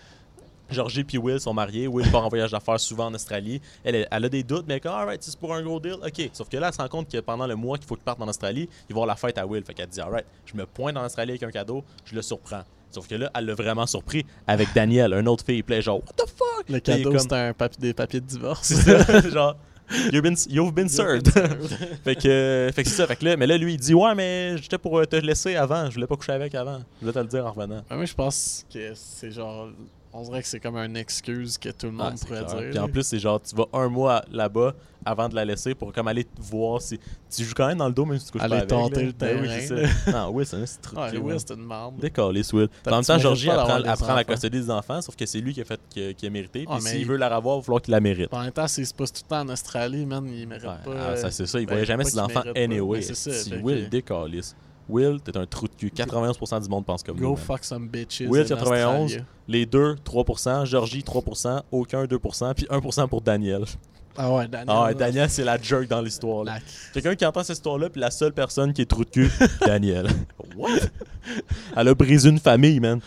Speaker 4: Georgie puis Will sont mariés. Will part en voyage d'affaires souvent en Australie. Elle, elle- elle a des doutes, mais elle est comme, alright, si c'est pour un gros deal, ok. Sauf que là, elle se rend compte que pendant le mois qu'il faut qu'il parte en Australie, il va avoir la fête à Will. Fait qu'elle dit, alright, je me pointe en Australie avec un cadeau, je le surprends. Sauf que là, elle l'a vraiment surpris avec Daniel, un autre fille. Puis là, elle est genre, what the fuck?
Speaker 2: Le
Speaker 4: Puis elle est
Speaker 2: cadeau,
Speaker 4: comme-
Speaker 2: c'était un papi- des papiers de divorce.
Speaker 4: c'est ça, genre, you've been, you've been served. fait que, euh, fait que c'est ça. Fait que là, mais là, lui, il dit, ouais, mais j'étais pour euh, te laisser avant. Je voulais pas coucher avec avant. Je voulais te le dire en revenant.
Speaker 2: Ouais, moi, je pense que c'est genre. On dirait que c'est comme une excuse que tout le
Speaker 4: Ah,
Speaker 2: monde
Speaker 4: c'est
Speaker 2: pourrait
Speaker 4: clair.
Speaker 2: dire.
Speaker 4: Puis en
Speaker 2: là.
Speaker 4: plus, c'est genre, tu vas un mois là-bas avant de la laisser pour comme aller te voir si. Tu joues quand même dans le dos, même si tu couches
Speaker 2: Aller
Speaker 4: pas avec.
Speaker 2: tenter
Speaker 4: là.
Speaker 2: le
Speaker 4: Ben oui, c'est
Speaker 2: terrain.
Speaker 4: ça. Non, Will, c'est un c'est
Speaker 2: Ah,
Speaker 4: truqué.
Speaker 2: oui,
Speaker 4: man.
Speaker 2: c'est une merde.
Speaker 4: Décalisse, Will.
Speaker 2: T'as-
Speaker 4: En même
Speaker 2: tu
Speaker 4: temps,
Speaker 2: mérites
Speaker 4: Georgie
Speaker 2: pas d'avoir
Speaker 4: apprend,
Speaker 2: des
Speaker 4: apprend la
Speaker 2: enfants.
Speaker 4: custodie des enfants, sauf que c'est lui qui a, fait, qui, qui a mérité.
Speaker 2: Ah,
Speaker 4: Puis
Speaker 2: mais
Speaker 4: s'il
Speaker 2: il-
Speaker 4: veut la revoir, il va falloir qu'il la mérite.
Speaker 2: En même temps, s'il se pousse tout le temps en Australie, man, il mérite
Speaker 4: Ouais,
Speaker 2: pas.
Speaker 4: ah, ça, c'est ça, il
Speaker 2: ben,
Speaker 4: voyait
Speaker 2: faut
Speaker 4: jamais
Speaker 2: pas
Speaker 4: ses
Speaker 2: qu'il
Speaker 4: enfants
Speaker 2: mérite pas.
Speaker 4: anyway.
Speaker 2: Ben, c'est ça,
Speaker 4: si
Speaker 2: fait
Speaker 4: Will
Speaker 2: que-
Speaker 4: décalisse. Will, t'es un trou de cul. 91% du monde pense comme
Speaker 2: Go
Speaker 4: nous. man.
Speaker 2: fuck some bitches.
Speaker 4: Will
Speaker 2: in
Speaker 4: 91,
Speaker 2: Australia.
Speaker 4: Les deux, 3%. Georgie, 3%. Aucun, 2%. Puis 1% pour Daniel.
Speaker 2: Ah ouais, Daniel.
Speaker 4: Ah, ouais,
Speaker 2: là,
Speaker 4: Daniel, c'est la jerk dans l'histoire. là.
Speaker 2: la-
Speaker 4: Quelqu'un qui entend cette histoire-là, puis la seule personne qui est trou de cul, Daniel. What? Elle a brisé une famille, man.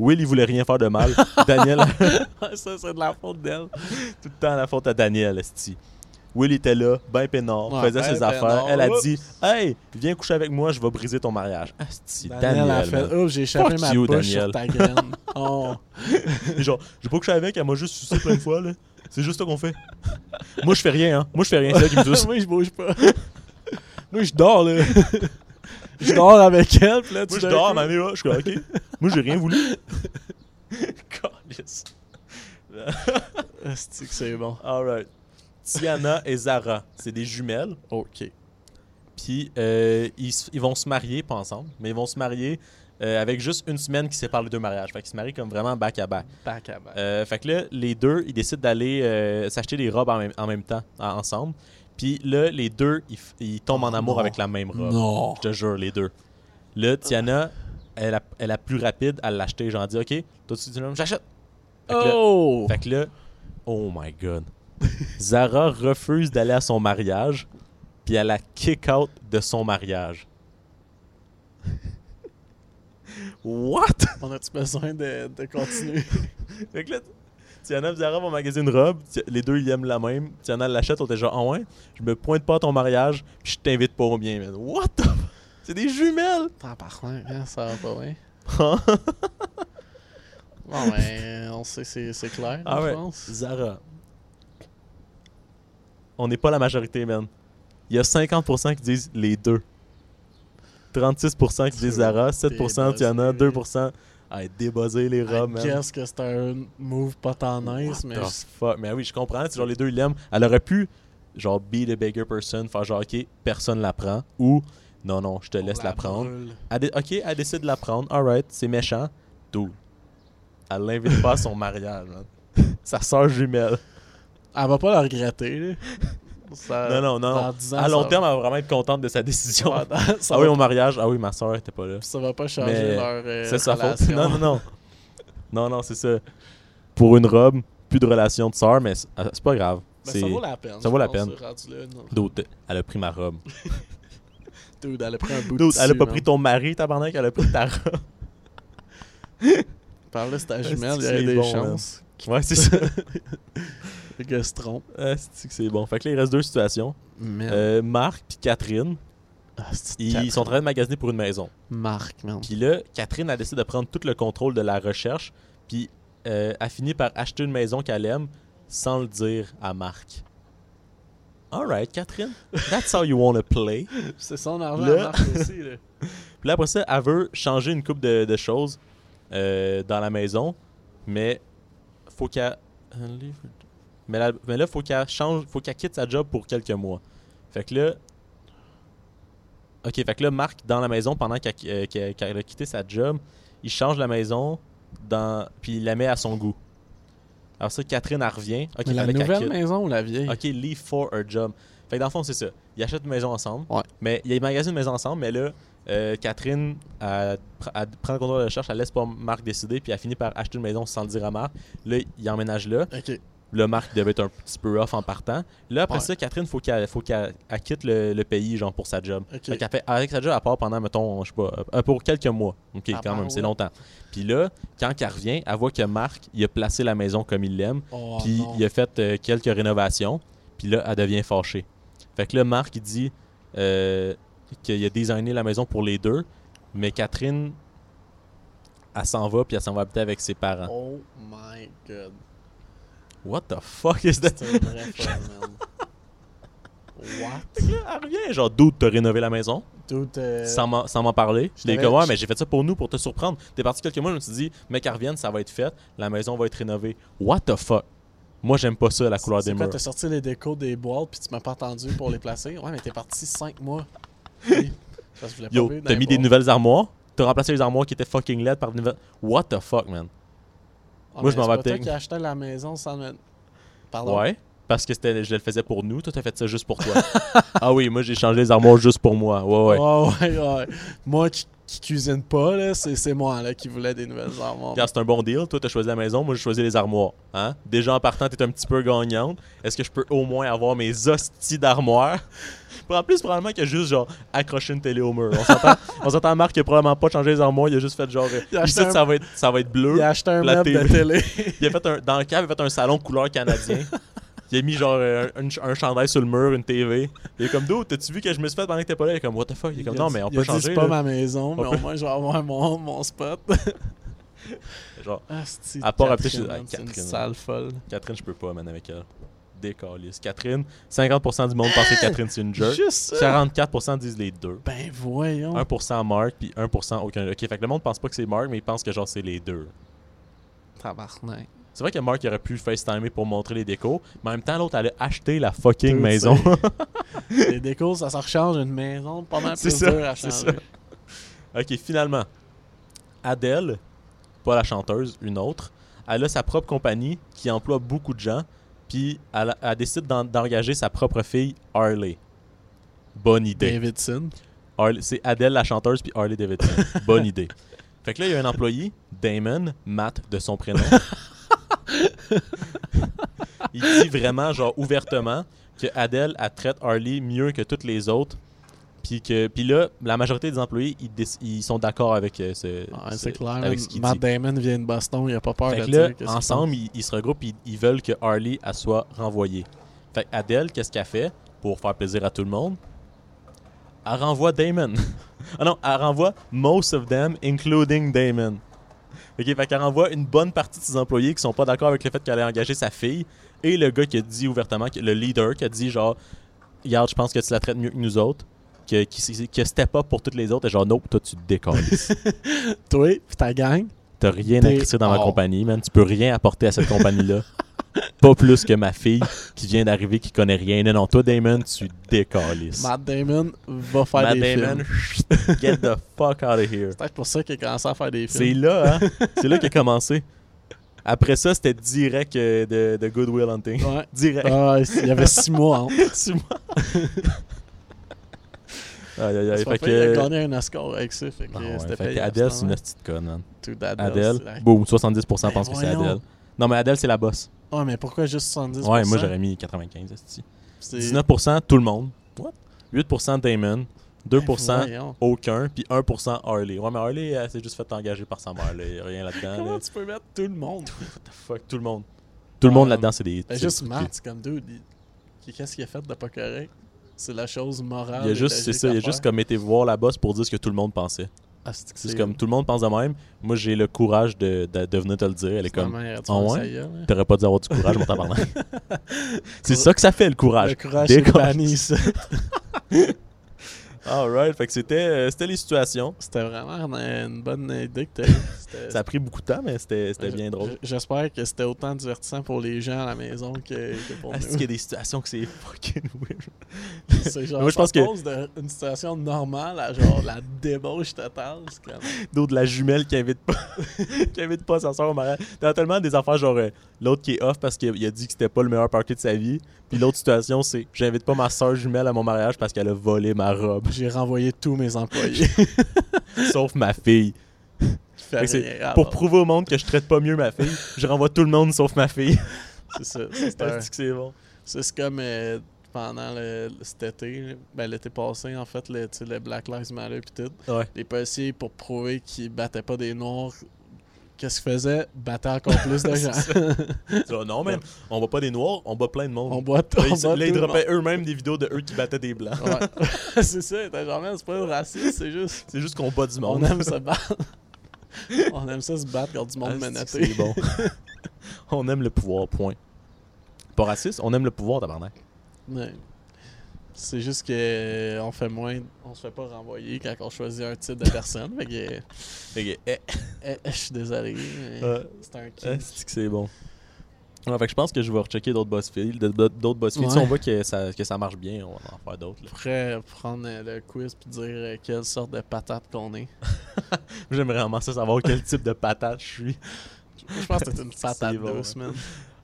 Speaker 4: Will, il voulait rien faire de mal. Daniel,
Speaker 2: ça, c'est de la faute d'elle.
Speaker 4: tout le temps la faute à Daniel, esti. Will était là, ben peinard,
Speaker 2: Ouais,
Speaker 4: faisait
Speaker 2: ben
Speaker 4: ses
Speaker 2: peinard.
Speaker 4: affaires. Elle a
Speaker 2: Oups.
Speaker 4: dit Hey, viens coucher avec moi, je vais briser ton mariage. Esti, Daniel.
Speaker 2: Daniel, a fait
Speaker 4: man.
Speaker 2: Oh, j'ai échappé
Speaker 4: Fuck
Speaker 2: ma
Speaker 4: you,
Speaker 2: bouche
Speaker 4: Daniel.
Speaker 2: sur ta graine. Oh,
Speaker 4: Genre, j'ai pas couché avec, elle m'a juste sucé plein de fois, là. C'est juste ça qu'on fait. moi, je fais rien, hein. Moi, je fais rien, c'est elle qui me suce.
Speaker 2: moi, je bouge pas. moi, je dors, là. je dors avec elle, puis là, tu
Speaker 4: Moi, je
Speaker 2: d'un
Speaker 4: dors,
Speaker 2: coup-
Speaker 4: ma mère, je suis comme, ok. Moi, j'ai rien voulu. Calice.
Speaker 2: Asti que c'est bon.
Speaker 4: Alright. Tiana et Zara, c'est des jumelles.
Speaker 2: Ok.
Speaker 4: Puis euh, ils, se- ils vont se marier, pas ensemble, mais ils vont se marier euh, avec juste une semaine qui sépare les deux mariages. Fait qu'ils se marient comme vraiment back à back.
Speaker 2: Back à back.
Speaker 4: Euh, fait que là, les deux, ils décident d'aller euh, s'acheter des robes en même, en même temps, en- ensemble. Puis là, les deux, ils, f- ils tombent en
Speaker 2: Oh
Speaker 4: amour
Speaker 2: non.
Speaker 4: avec la même robe.
Speaker 2: non.
Speaker 4: Je te jure, les deux. Là, Tiana, elle a, elle a plus rapide à l'acheter. J'en dis, OK, toi, tu dis, j'achète. Fait que là-
Speaker 2: Oh!
Speaker 4: fait que là, oh my god. Zara refuse d'aller à son mariage, puis elle la kick out de son mariage. What?
Speaker 2: On a-tu besoin de, de continuer?
Speaker 4: Fait que là, Tiana et Zara vont magasiner une robe, Ti- les deux ils aiment la même. Tiana elle l'achète, on était genre, ah ouais, je me pointe pas à ton mariage, puis je t'invite pas au bien, man. What the? C'est des jumelles!
Speaker 2: T'en parles, hein? Ça va pas, ouais.
Speaker 4: Hein?
Speaker 2: Bon, ben, on sait, c'est c'est clair,
Speaker 4: Ah
Speaker 2: je
Speaker 4: ouais.
Speaker 2: pense.
Speaker 4: Zara. On n'est pas la majorité, man. Il y a 50% qui disent les deux. 36% qui disent Zara, 7% Tiana,
Speaker 2: Débuzzé.
Speaker 4: 2%. Ah, débosser les robes,
Speaker 2: Je
Speaker 4: man.
Speaker 2: guess que c'est un move pas tant nice, mais
Speaker 4: The
Speaker 2: je-
Speaker 4: fuck? Mais ah oui, je comprends. C'est genre les deux, ils l'aiment. Elle aurait pu, genre, be the bigger person, faire genre, ok, personne la prend. Ou, non, non, je te laisse la prendre.
Speaker 2: brûle.
Speaker 4: Elle dé- ok, elle décide de la prendre. Alright, c'est méchant. Dude. Elle l'invite pas à son mariage, man. Sa soeur jumelle.
Speaker 2: Elle va pas la regretter, là. Ça-
Speaker 4: Non, non, non.
Speaker 2: Euh, dans 10 ans,
Speaker 4: à long
Speaker 2: ça-
Speaker 4: terme, elle va vraiment être contente de sa décision.
Speaker 2: Ouais, dans- ça,
Speaker 4: ah oui,
Speaker 2: va,
Speaker 4: au mariage. Ah oui, ma soeur était pas là.
Speaker 2: ça va pas changer
Speaker 4: Mais
Speaker 2: leur euh,
Speaker 4: C'est sa faute.
Speaker 2: relation.
Speaker 4: Non, non, non. Non, non, c'est ça. Pour une robe, plus de relation de soeur, mais c'est ah, c'est pas grave.
Speaker 2: Ben,
Speaker 4: C'est-
Speaker 2: ça vaut la peine.
Speaker 4: ça
Speaker 2: je
Speaker 4: vaut la
Speaker 2: pense,
Speaker 4: peine.
Speaker 2: rendu là, non.
Speaker 4: Dude, elle a pris ma robe.
Speaker 2: Dude, elle a pris un bout de
Speaker 4: Dude, elle a
Speaker 2: tissu,
Speaker 4: pas
Speaker 2: man.
Speaker 4: pris ton mari, tabarnak, elle a pris ta robe.
Speaker 2: Par là, c'est ta
Speaker 4: Asti
Speaker 2: jumelle,
Speaker 4: que
Speaker 2: il y a
Speaker 4: c'est
Speaker 2: des
Speaker 4: bon,
Speaker 2: chances.
Speaker 4: Ouais, c'est ça.
Speaker 2: Le gars se trompe.
Speaker 4: Ah, c'est que c'est bon. Fait que là, il reste deux situations.
Speaker 2: Merde.
Speaker 4: Euh, Marc puis Catherine,
Speaker 2: Asti Ah, de
Speaker 4: ils
Speaker 2: Catherine.
Speaker 4: sont en train de magasiner pour une maison.
Speaker 2: Marc, man.
Speaker 4: Puis là, Catherine a décidé de prendre tout le contrôle de la recherche, puis euh, a fini par acheter une maison qu'elle aime sans le dire à Marc. Alright, Catherine, that's how you wanna play.
Speaker 2: C'est son argent,
Speaker 4: Là-
Speaker 2: à Marc aussi, là.
Speaker 4: Puis là, après ça, elle veut changer une coupe de, de choses euh, dans la maison, mais faut qu'elle. Mais, la- mais là, faut qu'elle change, faut qu'elle quitte sa job pour quelques mois. Fait que là. Ok, fait que là, Marc, dans la maison, pendant qu'elle euh, qu'elle- qu'elle a quitté sa job, il change la maison, dans, puis il la met à son goût. Alors ça, Catherine, elle revient. Ok,
Speaker 2: Mais la
Speaker 4: fallait qu'elle
Speaker 2: nouvelle
Speaker 4: quitte.
Speaker 2: maison ou la vieille?
Speaker 4: OK, leave for a job. Fait que dans le fond, c'est ça. Ils achètent une maison ensemble.
Speaker 2: Ouais.
Speaker 4: Mais ils magasinent une maison ensemble, mais là, euh, Catherine, elle, pr- elle prend le contrôle de la recherche, elle laisse pas Marc décider, puis elle finit par acheter une maison sans le dire à Marc. Là, ils emménagent là.
Speaker 2: Ok.
Speaker 4: Là, Marc devait être un petit peu off en partant. Là, après
Speaker 2: Ouais.
Speaker 4: ça, Catherine, faut qu'elle faut qu'elle elle quitte le, le pays, genre, pour sa job.
Speaker 2: Ok.
Speaker 4: Fait qu'elle fait- avec sa job, elle part pendant, mettons, je sais pas, euh, pour quelques mois. OK,
Speaker 2: Elle
Speaker 4: quand
Speaker 2: part,
Speaker 4: même, c'est
Speaker 2: ouais.
Speaker 4: longtemps. Puis là, quand elle revient, elle voit que Marc, il a placé la maison comme il l'aime.
Speaker 2: Oh,
Speaker 4: Puis
Speaker 2: non.
Speaker 4: il a fait euh, quelques rénovations. Puis là, elle devient fâchée. Fait que là, Marc, il dit euh, qu'il a designé la maison pour les deux. Mais Catherine, elle s'en va, puis elle s'en va habiter avec ses parents.
Speaker 2: Oh my god.
Speaker 4: What the fuck is that?
Speaker 2: C'est un vrai phénomène. What?
Speaker 4: Fait que là, elle revient, Ah, genre, d'où t'as rénové la maison,
Speaker 2: Dude, euh,
Speaker 4: sans m'en sans m'en parler.
Speaker 2: je
Speaker 4: Je l'ai
Speaker 2: t'avais-
Speaker 4: comme, ouais,
Speaker 2: je-
Speaker 4: mais j'ai fait ça pour nous, pour te surprendre. T'es parti quelques mois, je me suis dit, mec, elle revienne, ça va être fait, la maison va être rénovée. What the fuck? Moi, j'aime pas ça, la couleur des
Speaker 2: c'est quoi,
Speaker 4: murs.
Speaker 2: t'as sorti les décos des boîtes puis tu m'as pas entendu pour les placer? Ouais, mais t'es parti 5 mois. Oui. Parce que je voulais pas
Speaker 4: Yo,
Speaker 2: vivre dans
Speaker 4: t'as
Speaker 2: les
Speaker 4: mis des
Speaker 2: boîtes.
Speaker 4: nouvelles armoires, t'as remplacé les armoires qui étaient fucking laides par des nouvelles. What the fuck, man?
Speaker 2: Ah,
Speaker 4: Moi,
Speaker 2: mais
Speaker 4: je m'en
Speaker 2: c'est pas
Speaker 4: vais
Speaker 2: toi
Speaker 4: peut-être-
Speaker 2: qui achetais la maison sans me... Pardon?
Speaker 4: Ouais. Parce que c'était- je le faisais pour nous, toi t'as fait ça juste pour toi. ah oui, moi j'ai changé les armoires juste pour moi. Ouais, ouais.
Speaker 2: Ah, ouais, ouais. Moi qui, qui cuisine pas, là, c'est c'est moi là, qui voulais des nouvelles armoires.
Speaker 4: Regarde, c'est un bon deal. Toi, t'as choisi la maison, moi j'ai choisi les armoires. Hein? Déjà en partant, t'es un petit peu gagnante. Est-ce que je peux au moins avoir mes hosties d'armoires? Puis en plus, probablement qu'il a juste genre accroché une télé au mur. On s'entend- On s'entend, Marc, qu'il a probablement pas changé les armoires, il a juste fait genre. euh,
Speaker 2: Il a acheté
Speaker 4: ici,
Speaker 2: un-
Speaker 4: ça, va être, ça va être bleu.
Speaker 2: Il a acheté un
Speaker 4: la
Speaker 2: meuble de
Speaker 4: TV.
Speaker 2: télé.
Speaker 4: Il a fait un, dans le cave, il a fait un salon couleur canadien. Il a mis genre euh, un, un- un chandail sur le mur, une TV. Il est comme, d'où t'as-tu vu que je me suis fait pendant que t'étais pas là? Il est comme, what the fuck? Il est comme, non,
Speaker 2: dit-
Speaker 4: mais on
Speaker 2: il
Speaker 4: peut
Speaker 2: a dit,
Speaker 4: changer.
Speaker 2: C'est pas
Speaker 4: là.
Speaker 2: ma maison, mais
Speaker 4: peut-
Speaker 2: au moins je vais avoir mon, mon spot.
Speaker 4: Genre,
Speaker 2: Asti,
Speaker 4: À part
Speaker 2: Catherine,
Speaker 4: appeler chez-
Speaker 2: man,
Speaker 4: à
Speaker 2: C'est une
Speaker 4: Catherine.
Speaker 2: sale folle.
Speaker 4: Catherine, je peux pas, man, avec elle. Décalisse. Catherine, 50% du monde pense que Catherine, c'est une jerk.
Speaker 2: Juste ça.
Speaker 4: 44% disent les deux.
Speaker 2: Ben voyons.
Speaker 4: 1% Mark, puis 1% aucun. Ok, fait que le monde pense pas que c'est Mark, mais il pense que genre c'est les deux.
Speaker 2: Tabarnak.
Speaker 4: C'est vrai que Mark il aurait pu FaceTimer pour montrer les décos, mais en même temps, l'autre, elle a acheté la fucking
Speaker 2: Dude,
Speaker 4: maison.
Speaker 2: Les décos, ça se rechange une maison pas mal
Speaker 4: C'est
Speaker 2: plus
Speaker 4: ça,
Speaker 2: dur à
Speaker 4: c'est
Speaker 2: changer.
Speaker 4: Ok, finalement, Adèle, pas la chanteuse, une autre, elle a sa propre compagnie qui emploie beaucoup de gens, puis elle, elle décide d'en- d'engager sa propre fille, Harley. Bonne idée.
Speaker 2: Davidson.
Speaker 4: Harley- c'est Adèle la chanteuse, puis Harley Davidson. Bonne idée. Fait que là, il y a un employé, Damon, Matt de son prénom. il dit vraiment, genre ouvertement, que Adèle, elle traite Harley mieux que toutes les autres. Puis que, puis là, la majorité des employés, ils, déc- ils sont d'accord avec euh, ce.
Speaker 2: Ouais,
Speaker 4: ce-
Speaker 2: c'est clair.
Speaker 4: avec
Speaker 2: man.
Speaker 4: ce qu'il
Speaker 2: Matt
Speaker 4: dit.
Speaker 2: Damon vient de Boston, il a pas peur
Speaker 4: Fait
Speaker 2: de
Speaker 4: que là,
Speaker 2: dire. qu'est-ce qu'il
Speaker 4: ensemble, ils, ils se regroupent et ils veulent que Harley elle soit renvoyée. Fait que Adèle, qu'est-ce qu'elle fait pour faire plaisir à tout le monde? Elle renvoie Damon. ah non, elle renvoie most of them, including Damon. Ok, fait qu'elle renvoie une bonne partie de ses employés qui sont pas d'accord avec le fait qu'elle ait engagé sa fille et le gars qui a dit ouvertement, que- le leader qui a dit genre, regarde, je pense que tu la traites mieux que nous autres, que, qui, que step up pour toutes les autres et genre, nope, toi tu te décolles.
Speaker 2: pense. Toi, pis ta gang.
Speaker 4: T'as rien à
Speaker 2: T'es
Speaker 4: crisser dans ma
Speaker 2: hors.
Speaker 4: compagnie, man. Tu peux rien apporter à cette compagnie-là. Pas plus que ma fille qui vient d'arriver, qui connaît rien. Non, non, toi, Damon, tu décalisses.
Speaker 2: Matt Damon va faire
Speaker 4: Matt
Speaker 2: des
Speaker 4: Damon,
Speaker 2: films.
Speaker 4: get the fuck out of here.
Speaker 2: C'est peut-être pour ça qu'il a commencé à faire des
Speaker 4: C'est
Speaker 2: films.
Speaker 4: là, hein? C'est là qu'a commencé. Après ça, c'était direct euh, de, de Goodwill Hunting.
Speaker 2: Ouais.
Speaker 4: Direct.
Speaker 2: Ah, il y avait six mois hein. entre.
Speaker 4: sur moi. Aïe, aïe, aïe.
Speaker 2: C'est pas
Speaker 4: Fait
Speaker 2: pire, Il a
Speaker 4: que.
Speaker 2: gagné un Oscar avec ça. Fait que
Speaker 4: Ah ouais,
Speaker 2: c'était
Speaker 4: fait que
Speaker 2: payé à
Speaker 4: Adèle,
Speaker 2: ce
Speaker 4: c'est une petite conne, man.
Speaker 2: Tout Adèle. c'est la-
Speaker 4: Adèle, boum, 70% pensent
Speaker 2: Ben
Speaker 4: que c'est
Speaker 2: voyons.
Speaker 4: Adèle. Non, mais Adèle, c'est la bosse.
Speaker 2: Ouais, Ah, mais pourquoi juste 70
Speaker 4: Ouais, moi j'aurais mis 95 esti.
Speaker 2: C'est-
Speaker 4: 19% tout le monde. 8% Damon, 2%
Speaker 2: Voyons.
Speaker 4: aucun, puis 1% Harley. Ouais, mais Harley, elle s'est juste fait engager par sa mère, là. Y a rien là-dedans. là.
Speaker 2: Comment tu peux mettre tout le monde
Speaker 4: What the fuck, tout le monde. Tout le monde
Speaker 2: Ouais.
Speaker 4: là-dedans, c'est des.
Speaker 2: Ben,
Speaker 4: c'est
Speaker 2: Juste
Speaker 4: des-
Speaker 2: Matt, c'est comme dude. il- qui- Qu'est-ce qu'il a fait de pas correct C'est la chose morale.
Speaker 4: Il y a
Speaker 2: et
Speaker 4: juste, c'est
Speaker 2: logique
Speaker 4: ça, il y a
Speaker 2: à
Speaker 4: juste
Speaker 2: faire.
Speaker 4: comme été voir la bosse pour dire ce que tout le monde pensait.
Speaker 2: Ah, c'est que
Speaker 4: C'est juste comme tout le monde pense de même. Moi, j'ai le courage de, de, de venir te le dire. Elle est
Speaker 2: Ta
Speaker 4: comme,
Speaker 2: mère,
Speaker 4: Ah
Speaker 2: tu vois,
Speaker 4: ouais?
Speaker 2: ça y est, là.
Speaker 4: t'aurais pas dû avoir du courage, mon tabarnak. c'est ça que ça fait, le courage.
Speaker 2: Le courage est
Speaker 4: Décolle.
Speaker 2: banni, ça.
Speaker 4: Alright, fait que c'était euh, c'était les situations.
Speaker 2: C'était vraiment une bonne idée que t'as eue. C'était-
Speaker 4: Ça a pris beaucoup de temps, mais c'était c'était
Speaker 2: Je-
Speaker 4: bien drôle.
Speaker 2: j- J'espère que c'était autant divertissant pour les gens à la maison que, que pour
Speaker 4: Est-ce
Speaker 2: nous.
Speaker 4: qu'il y a des situations que Ah, c'est fucking weird?
Speaker 2: C'est genre,
Speaker 4: Moi, je pense que-
Speaker 2: propose de- une situation normale à genre la débauche totale. C'est comme...
Speaker 4: D'autres, la jumelle qui invite pas, qui invite pas sa soeur au mariage. T'as tellement des affaires genre euh, l'autre qui est off parce qu'il a dit que c'était pas le meilleur party de sa vie. Puis l'autre situation, c'est j'invite pas ma soeur jumelle à mon mariage parce qu'elle a volé ma robe,
Speaker 2: J'ai renvoyé tous mes employés.
Speaker 4: sauf ma fille.
Speaker 2: Qui fait
Speaker 4: Fait que c'est-
Speaker 2: rien à
Speaker 4: Pour
Speaker 2: bord.
Speaker 4: prouver au monde que je traite pas mieux ma fille, je renvoie tout le monde sauf ma fille.
Speaker 2: C'est ça. C'est un-
Speaker 4: Est-ce que c'est bon?
Speaker 2: ça, c'est comme euh, pendant le- cet été, ben, l'été passé, en fait, le, tu sais, le Black Lives Matter pis tout.
Speaker 4: Ouais.
Speaker 2: Les policiers, pour prouver qu'ils battaient pas des noirs, qu'est-ce qu'ils faisaient? Battaient encore plus de gens.
Speaker 4: Tu vois, non, même, on bat pas des noirs, on bat plein de monde.
Speaker 2: on boit tout.
Speaker 4: Là,
Speaker 2: on
Speaker 4: ils-
Speaker 2: bat
Speaker 4: là, ils
Speaker 2: tout le monde.
Speaker 4: droppaient eux-mêmes des vidéos de eux qui battaient des blancs.
Speaker 2: Ouais. c'est ça, t'es genre, Man, c'est pas raciste, c'est juste.
Speaker 4: C'est juste qu'on bat du
Speaker 2: On
Speaker 4: monde.
Speaker 2: aime se battre. on aime ça se battre quand du monde
Speaker 4: Ah,
Speaker 2: menotté.
Speaker 4: c'est bon. on aime le pouvoir, point. Pas raciste, on aime le pouvoir, tabarnak.
Speaker 2: Ouais. C'est juste que euh, on fait moins, on se fait pas renvoyer quand on choisit un type de personne. fait que, euh,
Speaker 4: Ok, eh,
Speaker 2: eh, je suis désolé. mais
Speaker 4: Ouais.
Speaker 2: C'est un kick.
Speaker 4: eh, c'est que c'est bon. Ouais, fait que je pense que je vais rechecker d'autres BuzzFeed. de- de- D'autres BuzzFeed.
Speaker 2: Ouais.
Speaker 4: Si on voit que ça, que ça marche bien, on va en faire d'autres. là.
Speaker 2: Après euh, prendre euh, le quiz puis dire euh, quelle sorte de patate qu'on est.
Speaker 4: J'aimerais vraiment ça savoir quel type de patate je suis.
Speaker 2: Je pense que c'est une patate
Speaker 4: C'est bon, hein.
Speaker 2: douce, man.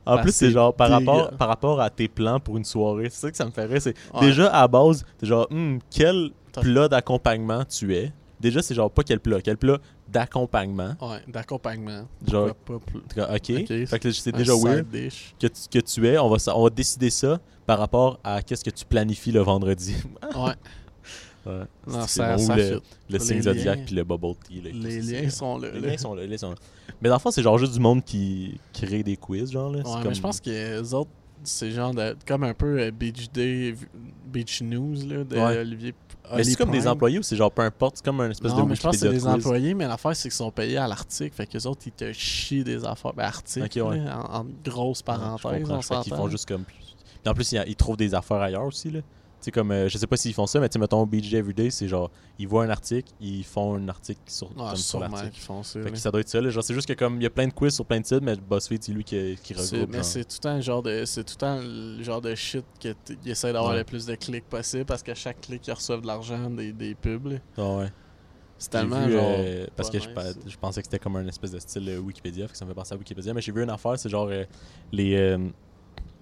Speaker 4: En
Speaker 2: Bah,
Speaker 4: plus, c'est
Speaker 2: c'est
Speaker 4: genre par
Speaker 2: dégueu.
Speaker 4: rapport, par rapport à tes plans pour une soirée. C'est ça que ça me fait rire. C'est
Speaker 2: Ouais.
Speaker 4: déjà à la base, t'es genre, Hmm, quel
Speaker 2: T'as-
Speaker 4: plat d'accompagnement tu es. Déjà, c'est genre pas quel plat, quel plat d'accompagnement.
Speaker 2: Ouais, d'accompagnement.
Speaker 4: Genre,
Speaker 2: Pourquoi pas plus-
Speaker 4: t'es comme,
Speaker 2: Ok,
Speaker 4: ok. Fait que là, c'est
Speaker 2: un
Speaker 4: déjà
Speaker 2: side
Speaker 4: weird
Speaker 2: dish.
Speaker 4: que tu, que tu es. On va, sa- on va décider ça par rapport à qu'est-ce que tu planifies le vendredi.
Speaker 2: Ouais,
Speaker 4: Ouais.
Speaker 2: non,
Speaker 4: Ah. C'est
Speaker 2: ça,
Speaker 4: bon,
Speaker 2: ça
Speaker 4: le,
Speaker 2: fit.
Speaker 4: le
Speaker 2: Les
Speaker 4: signe zodiac
Speaker 2: liens-
Speaker 4: puis le bubble tea. là, et
Speaker 2: Les
Speaker 4: tout ça,
Speaker 2: liens
Speaker 4: c'est-
Speaker 2: sont là.
Speaker 4: Les
Speaker 2: là.
Speaker 4: liens sont là, les liens sont là. Mais dans le fond, c'est genre juste du monde qui crée des quiz, genre. Là. C'est
Speaker 2: Ouais, mais
Speaker 4: comme-
Speaker 2: je pense que les autres, c'est genre de, comme un peu euh, Beach Day, v- Beach News là, de
Speaker 4: Ouais.
Speaker 2: Olivier.
Speaker 4: Mais c'est comme des employés ou c'est genre peu importe, c'est comme un espèce
Speaker 2: Ah, Non,
Speaker 4: de
Speaker 2: mais je pense que c'est
Speaker 4: Wikipédia
Speaker 2: des
Speaker 4: quiz.
Speaker 2: employés, mais l'affaire, c'est qu'ils sont payés à l'article. Fait qu'eux autres, ils te chient des affaires. Ben, article,
Speaker 4: Ok, ouais.
Speaker 2: là, en, en grosses
Speaker 4: Ouais, je
Speaker 2: parenthèses,
Speaker 4: comprends.
Speaker 2: on
Speaker 4: Je crois qu'ils
Speaker 2: s'entend.
Speaker 4: font juste comme. Puis en plus, ils, ils trouvent des affaires ailleurs aussi. Là. Tu sais, comme, euh, je sais pas s'ils font ça, mais tu sais, mettons Beach Day Everyday, c'est genre, ils voient un article, ils font un article sur,
Speaker 2: Ouais,
Speaker 4: comme sur
Speaker 2: Ah, sûrement
Speaker 4: l'article.
Speaker 2: qu'ils font ça.
Speaker 4: Fait que
Speaker 2: là.
Speaker 4: ça doit être ça. Là. Genre, c'est juste que comme il y a plein de quiz sur plein de sites, mais BuzzFeed, c'est lui qui, qui
Speaker 2: C'est-
Speaker 4: regroupe.
Speaker 2: Mais
Speaker 4: genre.
Speaker 2: c'est tout le temps le genre de c'est tout le temps le genre de shit que t- qu'ils essaient d'avoir
Speaker 4: Ouais.
Speaker 2: le plus de clics possible parce qu'à chaque clic ils reçoivent de l'argent des, des pubs. là.
Speaker 4: Ah ouais.
Speaker 2: C'est
Speaker 4: J'ai
Speaker 2: tellement
Speaker 4: vu,
Speaker 2: genre
Speaker 4: euh, parce
Speaker 2: pas
Speaker 4: que je, pa-
Speaker 2: nice.
Speaker 4: je pensais que c'était comme un espèce de style euh, Wikipédia, fait que ça me fait penser à Wikipédia. Mais j'ai vu une affaire, c'est genre euh, les euh,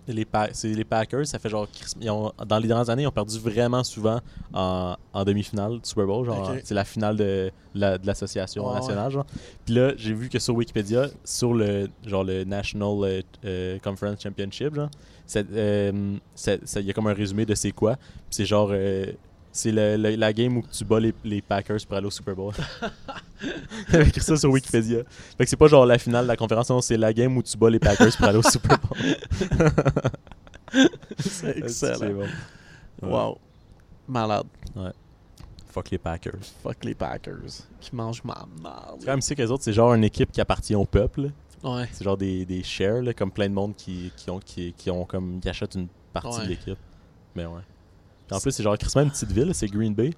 Speaker 4: les, Pa- c'est les Packers, ça fait genre Chris- ils ont- dans les dernières années, ils ont perdu vraiment souvent en, en demi-finale du Super Bowl, genre
Speaker 2: Ok.
Speaker 4: c'est la finale de la- de l'association
Speaker 2: Ouais, ouais.
Speaker 4: nationale. Genre. Puis là, j'ai vu que sur Wikipédia, sur le genre le National euh, euh, Conference Championship, genre, c'est, euh, c'est- ça- il y a comme un résumé de c'est quoi. Puis c'est genre euh, c'est le- le- la game où tu bats les, les Packers pour aller au Super Bowl. Il avait écrit ça sur Wikipédia. Fait que c'est pas genre la finale de la conférence, non, c'est la game où tu bats les Packers pour aller au Super Bowl.
Speaker 2: c'est
Speaker 4: C'est
Speaker 2: excellent.
Speaker 4: bon. Ouais.
Speaker 2: Wow. Malade.
Speaker 4: Fuck les Packers.
Speaker 2: Fuck les Packers qui mangent ma
Speaker 4: C'est quand
Speaker 2: merde.
Speaker 4: même sûr que les autres, c'est genre une équipe qui appartient au peuple.
Speaker 2: Ouais.
Speaker 4: C'est genre des, des shares, là, comme plein de monde qui, qui ont, qui, qui ont comme, qui achètent une partie
Speaker 2: Ouais.
Speaker 4: de l'équipe. Mais ouais. Puis en plus, c'est genre Christmas, une petite ville, c'est Green Bay.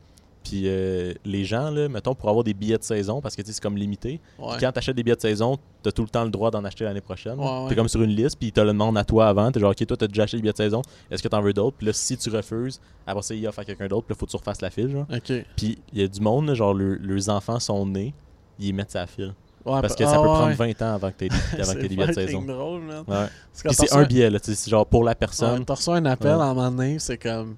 Speaker 4: Puis euh, les gens, là, mettons, pour avoir des billets de saison, parce que tu sais, c'est comme limité.
Speaker 2: Ouais.
Speaker 4: Puis quand t'achètes des billets de saison, t'as tout le temps le droit d'en acheter l'année prochaine.
Speaker 2: Ouais, ouais.
Speaker 4: T'es comme sur une liste, puis ils te le demandent à toi avant. T'es genre, OK, toi, t'as déjà acheté des billets de saison, est-ce que t'en veux d'autres? Puis là, si tu refuses, après ça, il offre à quelqu'un d'autre, puis là, faut que tu refasses la file, genre.
Speaker 2: OK. Ouais,
Speaker 4: Puis il y a du monde, là, genre, le- leurs enfants sont nés, ils mettent sa file. Parce que
Speaker 2: pa-
Speaker 4: ça peut
Speaker 2: ah,
Speaker 4: prendre
Speaker 2: ouais.
Speaker 4: 20 ans avant que t'aies avant que t'aies des billets de
Speaker 2: fucking
Speaker 4: saison.
Speaker 2: drôle, man.
Speaker 4: Ouais.
Speaker 2: C'est
Speaker 4: Puis c'est un billet, là, tu sais, c'est genre pour la personne.
Speaker 2: T'as reçu un appel
Speaker 4: Ouais.
Speaker 2: à un moment donné, c'est comme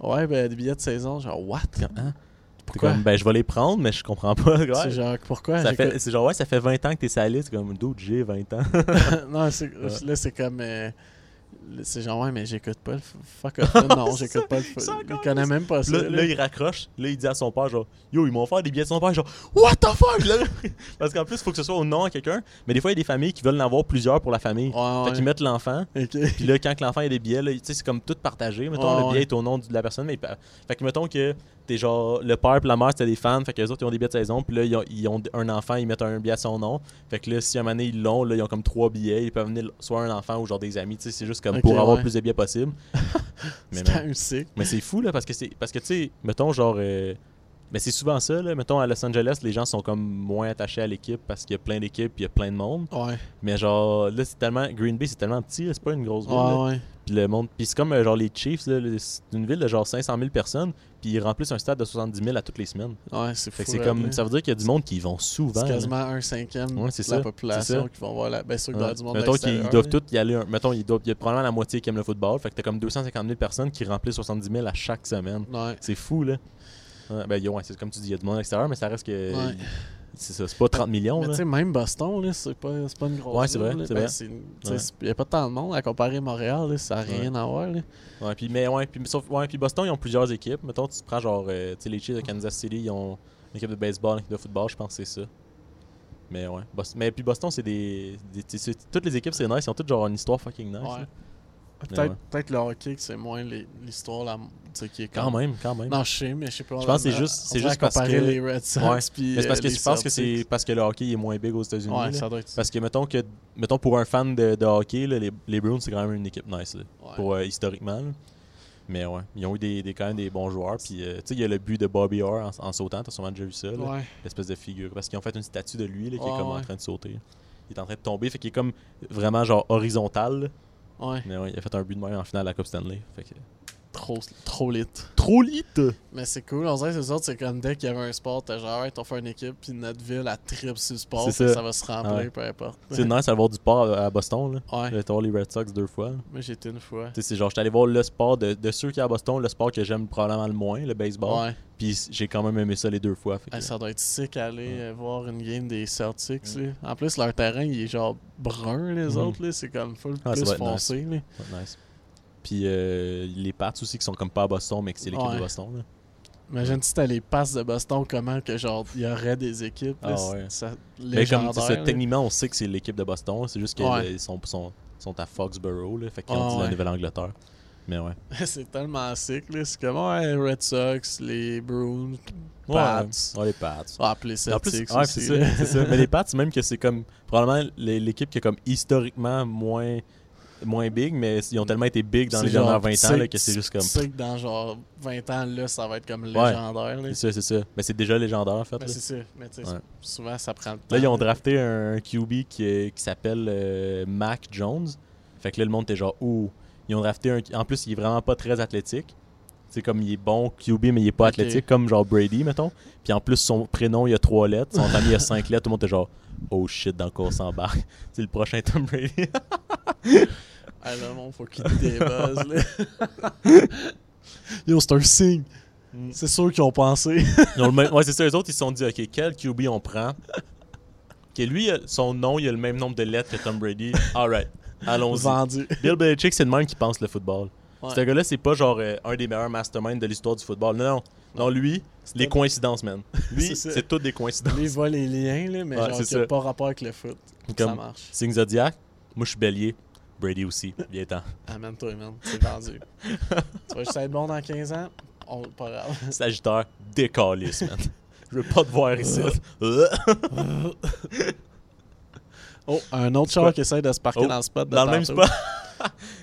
Speaker 2: Ouais, ben des billets de saison, genre what?
Speaker 4: Comme, hein? T'es
Speaker 2: Pourquoi?
Speaker 4: comme, ben, je vais les prendre, mais je comprends pas. Ouais.
Speaker 2: C'est genre pourquoi
Speaker 4: Ça
Speaker 2: j'ai
Speaker 4: fait- C'est genre, ouais, ça fait 20 ans que t'es salé. C'est comme, d'autres, j'ai 20 ans.
Speaker 2: non, c'est- là, c'est comme. euh, c'est genre, ouais, mais j'écoute pas le f- fuck off. là. Non,
Speaker 4: C'est
Speaker 2: j'écoute
Speaker 4: ça,
Speaker 2: pas le
Speaker 4: ça
Speaker 2: fuck. Il
Speaker 4: encore
Speaker 2: connaît
Speaker 4: plus.
Speaker 2: même pas ça.
Speaker 4: Là,
Speaker 2: là.
Speaker 4: là, il raccroche. Là, il dit à son père, genre, yo, ils m'ont offert des billets de son père. Genre, what the fuck? là? Parce qu'en plus, il faut que ce soit au nom à quelqu'un. Mais des fois, il y a des familles qui veulent en avoir plusieurs pour la famille. Fait
Speaker 2: Ouais,
Speaker 4: qu'ils
Speaker 2: ouais.
Speaker 4: mettent l'enfant.
Speaker 2: Ok.
Speaker 4: Puis là, quand que l'enfant a des billets, là, tu sais, c'est comme tout partagé. Mettons,
Speaker 2: Ouais,
Speaker 4: le billet
Speaker 2: ouais.
Speaker 4: est au nom de la personne. Mais, il pa- fait que mettons que t'es genre le père et la mère, c'était des fans. Fait que les autres, ils ont des billets de saison. Puis là, ils ont, ils ont un enfant, ils mettent un billet à son nom. Fait que là, si à un moment donné, ils l'ont, là, ils ont comme trois billets. Ils peuvent venir soit un enfant ou genre des amis. Tu sais, c'est juste comme
Speaker 2: Ok,
Speaker 4: pour avoir
Speaker 2: ouais.
Speaker 4: plus de billets possible. mais
Speaker 2: C'est
Speaker 4: man,
Speaker 2: quand même sick.
Speaker 4: mais c'est fou, là, parce que c'est. Parce que, tu sais, mettons, genre. euh, mais c'est souvent ça, là. Mettons, à Los Angeles, les gens sont comme moins attachés à l'équipe parce qu'il y a plein d'équipes, puis il y a plein de monde.
Speaker 2: Ouais. là,
Speaker 4: Mais genre, là, c'est tellement. Green Bay, c'est tellement petit, là, c'est pas une grosse ville. là.
Speaker 2: Ouais, ouais.
Speaker 4: Puis le monde. Puis c'est comme euh, genre les Chiefs, là, le- c'est une ville de genre 500 000 personnes, puis ils remplissent un stade de 70 000 à toutes les semaines.
Speaker 2: Ouais, c'est
Speaker 4: Fait
Speaker 2: fou.
Speaker 4: que c'est
Speaker 2: là,
Speaker 4: comme.
Speaker 2: là.
Speaker 4: Ça veut dire qu'il y a du monde qui y vont souvent.
Speaker 2: C'est
Speaker 4: là.
Speaker 2: quasiment un cinquième
Speaker 4: Ouais, c'est
Speaker 2: de
Speaker 4: ça,
Speaker 2: la
Speaker 4: c'est
Speaker 2: population
Speaker 4: ça.
Speaker 2: qui vont voir la. Ben, sûr qu'il doit y
Speaker 4: Ouais.
Speaker 2: avoir du monde
Speaker 4: Mettons qu'ils
Speaker 2: d'extérieur,
Speaker 4: doivent
Speaker 2: là.
Speaker 4: tous y aller. un- Mettons, il doit- il y a probablement la moitié qui aime le football. Fait que t'as comme 250 000 personnes qui remplissent 70 000 à chaque semaine.
Speaker 2: Ouais.
Speaker 4: C'est fou, là. Ouais, ben, yo, ouais, c'est comme tu dis, il y a du monde à l'extérieur, mais ça reste que.
Speaker 2: Ouais.
Speaker 4: il- C'est ça, c'est pas 30 millions.
Speaker 2: Mais tu
Speaker 4: là.
Speaker 2: sais, même Boston, là, c'est pas, c'est pas une grosse.
Speaker 4: Ouais, c'est vrai,
Speaker 2: ville, là.
Speaker 4: c'est
Speaker 2: Ben,
Speaker 4: vrai.
Speaker 2: c'est une- tu sais, Il n'y a pas tant de monde à comparer à Montréal, là, ça n'a rien à voir. là.
Speaker 4: Ouais, puis, mais ouais, puis, sauf- ouais, puis Boston, ils ont plusieurs équipes. Mettons, tu prends genre euh, tu sais, les Chiefs de Kansas City, ils ont une équipe de baseball, une équipe de football, je pense que c'est ça. Mais ouais. Bos- mais puis Boston, c'est des. des- tu sais, toutes les équipes, c'est nice. Ils ont toutes genre une histoire fucking nice.
Speaker 2: Ouais.
Speaker 4: là.
Speaker 2: Peut-être
Speaker 4: ouais.
Speaker 2: peut-être le hockey, que c'est moins les- l'histoire là, tu sais, qui est
Speaker 4: Quand
Speaker 2: comme-
Speaker 4: même, quand même.
Speaker 2: Non, je sais, mais je sais pas.
Speaker 4: Je pense que c'est
Speaker 2: on-
Speaker 4: juste-
Speaker 2: on
Speaker 4: c'est
Speaker 2: dirait
Speaker 4: juste parce
Speaker 2: comparer
Speaker 4: que-
Speaker 2: les Red Sox.
Speaker 4: Ouais.
Speaker 2: Puis,
Speaker 4: Mais c'est parce
Speaker 2: euh,
Speaker 4: que
Speaker 2: les
Speaker 4: je pense que c'est
Speaker 2: Celtics.
Speaker 4: parce que le hockey est moins big aux États-Unis.
Speaker 2: Ouais,
Speaker 4: là.
Speaker 2: ça doit être ça.
Speaker 4: Parce que mettons que mettons pour un fan de, de hockey, là, les, les Bruins c'est quand même une équipe nice là,
Speaker 2: Ouais.
Speaker 4: pour euh, historiquement. là. Mais ouais, ils ont eu des, des- quand même des bons joueurs. Puis euh, tu sais, il y a le but de Bobby Orr en, en sautant, t'as sûrement déjà vu ça, là,
Speaker 2: Ouais.
Speaker 4: l'espèce de figure. Parce qu'ils ont fait une statue de lui là, qui
Speaker 2: Ouais,
Speaker 4: est comme
Speaker 2: Ah, ouais.
Speaker 4: en train de sauter. Il est en train de tomber, fait qu'il est comme vraiment genre horizontal. là.
Speaker 2: Ouais.
Speaker 4: Mais ouais, il a fait un but de même en finale de la Coupe Stanley. Fait que...
Speaker 2: Trop, trop lit.
Speaker 4: Trop lite!
Speaker 2: Mais c'est cool, on dirait que c'est autres, c'est comme dès qu'il y avait un sport, t'es genre, hey, on fait une équipe, puis notre ville, elle triple sur le sport,
Speaker 4: C'est
Speaker 2: fait que
Speaker 4: ça.
Speaker 2: ça va se remplir,
Speaker 4: Ouais.
Speaker 2: peu importe.
Speaker 4: C'est nice d'avoir du port à à Boston. Là.
Speaker 2: Ouais.
Speaker 4: J'ai été voir les Red Sox deux fois. là.
Speaker 2: Moi, j'ai été une fois.
Speaker 4: Tu sais, c'est genre, j'étais allé voir le sport de, de ceux qui est à Boston, le sport que j'aime probablement le moins, le baseball.
Speaker 2: Ouais.
Speaker 4: Puis c- j'ai quand même aimé ça les deux fois. fait que-
Speaker 2: Hey, ça doit être sick aller euh, voir une game des Celtics. là. En plus, leur terrain, il est genre brun, les
Speaker 4: Mhm.
Speaker 2: autres. là. C'est comme full
Speaker 4: Ah, ça
Speaker 2: plus
Speaker 4: doit être nice.
Speaker 2: foncé. là.
Speaker 4: ouais, nice. Puis euh, les Pats aussi qui sont comme pas à Boston, mais que c'est l'équipe
Speaker 2: Ouais.
Speaker 4: de Boston. là.
Speaker 2: Imagine si t'as les passes de Boston, comment que genre il y aurait des équipes. là,
Speaker 4: Ah,
Speaker 2: c'est-
Speaker 4: ouais.
Speaker 2: ça,
Speaker 4: Mais comme
Speaker 2: légendaire,
Speaker 4: c'est ça,
Speaker 2: là.
Speaker 4: techniquement, on sait que c'est l'équipe de Boston. C'est juste qu'ils
Speaker 2: Ouais.
Speaker 4: sont, sont, sont à Foxborough, là, fait qu'ils
Speaker 2: Ah,
Speaker 4: ont dit
Speaker 2: ouais.
Speaker 4: la Nouvelle-Angleterre. Mais ouais.
Speaker 2: c'est tellement sick. là. C'est comme ouais, Red Sox, les Bruins,
Speaker 4: Ouais,
Speaker 2: Pats.
Speaker 4: ouais, les Pats.
Speaker 2: Ah, puis les
Speaker 4: En plus,
Speaker 2: Celtics
Speaker 4: ouais,
Speaker 2: aussi,
Speaker 4: c'est ça,
Speaker 2: là.
Speaker 4: c'est ça. Mais les Pats, même que c'est comme probablement les- l'équipe qui est comme historiquement moins, moins big, mais ils ont tellement été big dans
Speaker 2: C'est
Speaker 4: les
Speaker 2: genre,
Speaker 4: dernières
Speaker 2: tu
Speaker 4: 20
Speaker 2: sais
Speaker 4: ans là, que c'est juste comme.
Speaker 2: Tu sais que dans genre 20 ans, là, ça va être comme
Speaker 4: Ouais.
Speaker 2: légendaire. là.
Speaker 4: C'est ça, c'est ça. Mais c'est déjà légendaire, en fait. là.
Speaker 2: Mais Ben, c'est ça. Mais tu sais,
Speaker 4: Ouais.
Speaker 2: souvent, ça prend le temps.
Speaker 4: Là, ils ont drafté un QB qui, est- qui s'appelle euh, Mac Jones. Fait que là, le monde était genre, ouh. Ils ont drafté un. En plus, il est vraiment pas très athlétique. C'est comme il est bon QB, mais il est pas
Speaker 2: Ok.
Speaker 4: athlétique, comme genre Brady, mettons. Puis en plus, son prénom, il y a trois lettres. Son ami, il y a cinq lettres. Tout le monde était genre, oh shit, dans quoi on s'embarque. C'est le prochain Tom Brady.
Speaker 2: Ah là, mon, faut qu'il débuzz, là. Yo, c'est un signe. C'est sûr qu'ils ont pensé.
Speaker 4: Mm. Ils ont le même- Ouais, c'est ça, les autres, ils se sont dit, OK, quel QB on prend Ok, lui, il a- son nom, il a le même nombre de lettres que Tom Brady. Alright, allons-y.
Speaker 2: Vendu.
Speaker 4: Bill Belichick, c'est le même qui pense le football.
Speaker 2: Ouais.
Speaker 4: Ce gars-là, c'est pas genre euh, un des meilleurs masterminds de l'histoire du football. Non, non. Non, lui, les
Speaker 2: un-
Speaker 4: coïncidences, man. Lui,
Speaker 2: C'est ça.
Speaker 4: c'est toutes des coïncidences.
Speaker 2: Lui, il voit les liens, là, mais
Speaker 4: Ouais,
Speaker 2: genre,
Speaker 4: c'est
Speaker 2: qui a
Speaker 4: ça.
Speaker 2: pas rapport avec le foot. Ça
Speaker 4: Comme-
Speaker 2: marche.
Speaker 4: Signe zodiac, moi, je suis bélier. Brady aussi, viens-t'en.
Speaker 2: Amène-toi, man. C'est vendu. tu vas juste être bon dans 15 ans. On... Pas grave.
Speaker 4: Sagittaire, décaliste, man. Je veux pas te voir ici.
Speaker 2: Oh, un autre char qui essaie de se parquer
Speaker 4: Oh,
Speaker 2: dans le spot. de
Speaker 4: Dans le même
Speaker 2: tantôt.
Speaker 4: spot.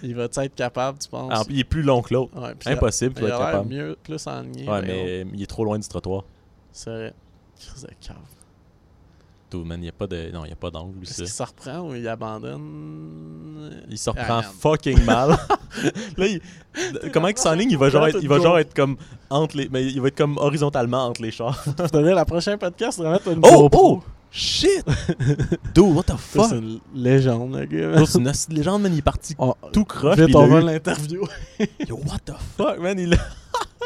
Speaker 2: Il va être capable, tu penses?
Speaker 4: En plus, il est plus long que l'autre.
Speaker 2: Ouais, puis il a-
Speaker 4: Impossible, tu vas
Speaker 2: il a
Speaker 4: être
Speaker 2: l'air
Speaker 4: capable.
Speaker 2: mieux, plus enligné.
Speaker 4: Ouais,
Speaker 2: ben,
Speaker 4: mais il est trop loin du trottoir.
Speaker 2: on- C'est vrai. Crise de cave.
Speaker 4: Tout, man, il y a pas de. Non, il y a pas d'angle, lui,
Speaker 2: Est-ce
Speaker 4: ça.
Speaker 2: qu'il s'en reprend ou il abandonne?
Speaker 4: Il se
Speaker 2: Ah,
Speaker 4: reprend
Speaker 2: merde.
Speaker 4: fucking mal. là, il- comment il s'enligne, il va genre être, il va genre être comme entre les, mais il va être comme horizontalement entre les chars.
Speaker 2: Je te dirais, la prochaine podcast, on va mettre une
Speaker 4: Oh,
Speaker 2: GoPro.
Speaker 4: oh, shit, dude, what the
Speaker 2: Ça,
Speaker 4: fuck.
Speaker 2: C'est une légende, le gars.
Speaker 4: Dude, C'est une hostie de légende, man. Il est parti
Speaker 2: On-
Speaker 4: tout croche.
Speaker 2: Vite,
Speaker 4: puis
Speaker 2: on
Speaker 4: il
Speaker 2: va
Speaker 4: l'a
Speaker 2: l'interview.
Speaker 4: eu. Yo, what the fuck, man. Il a-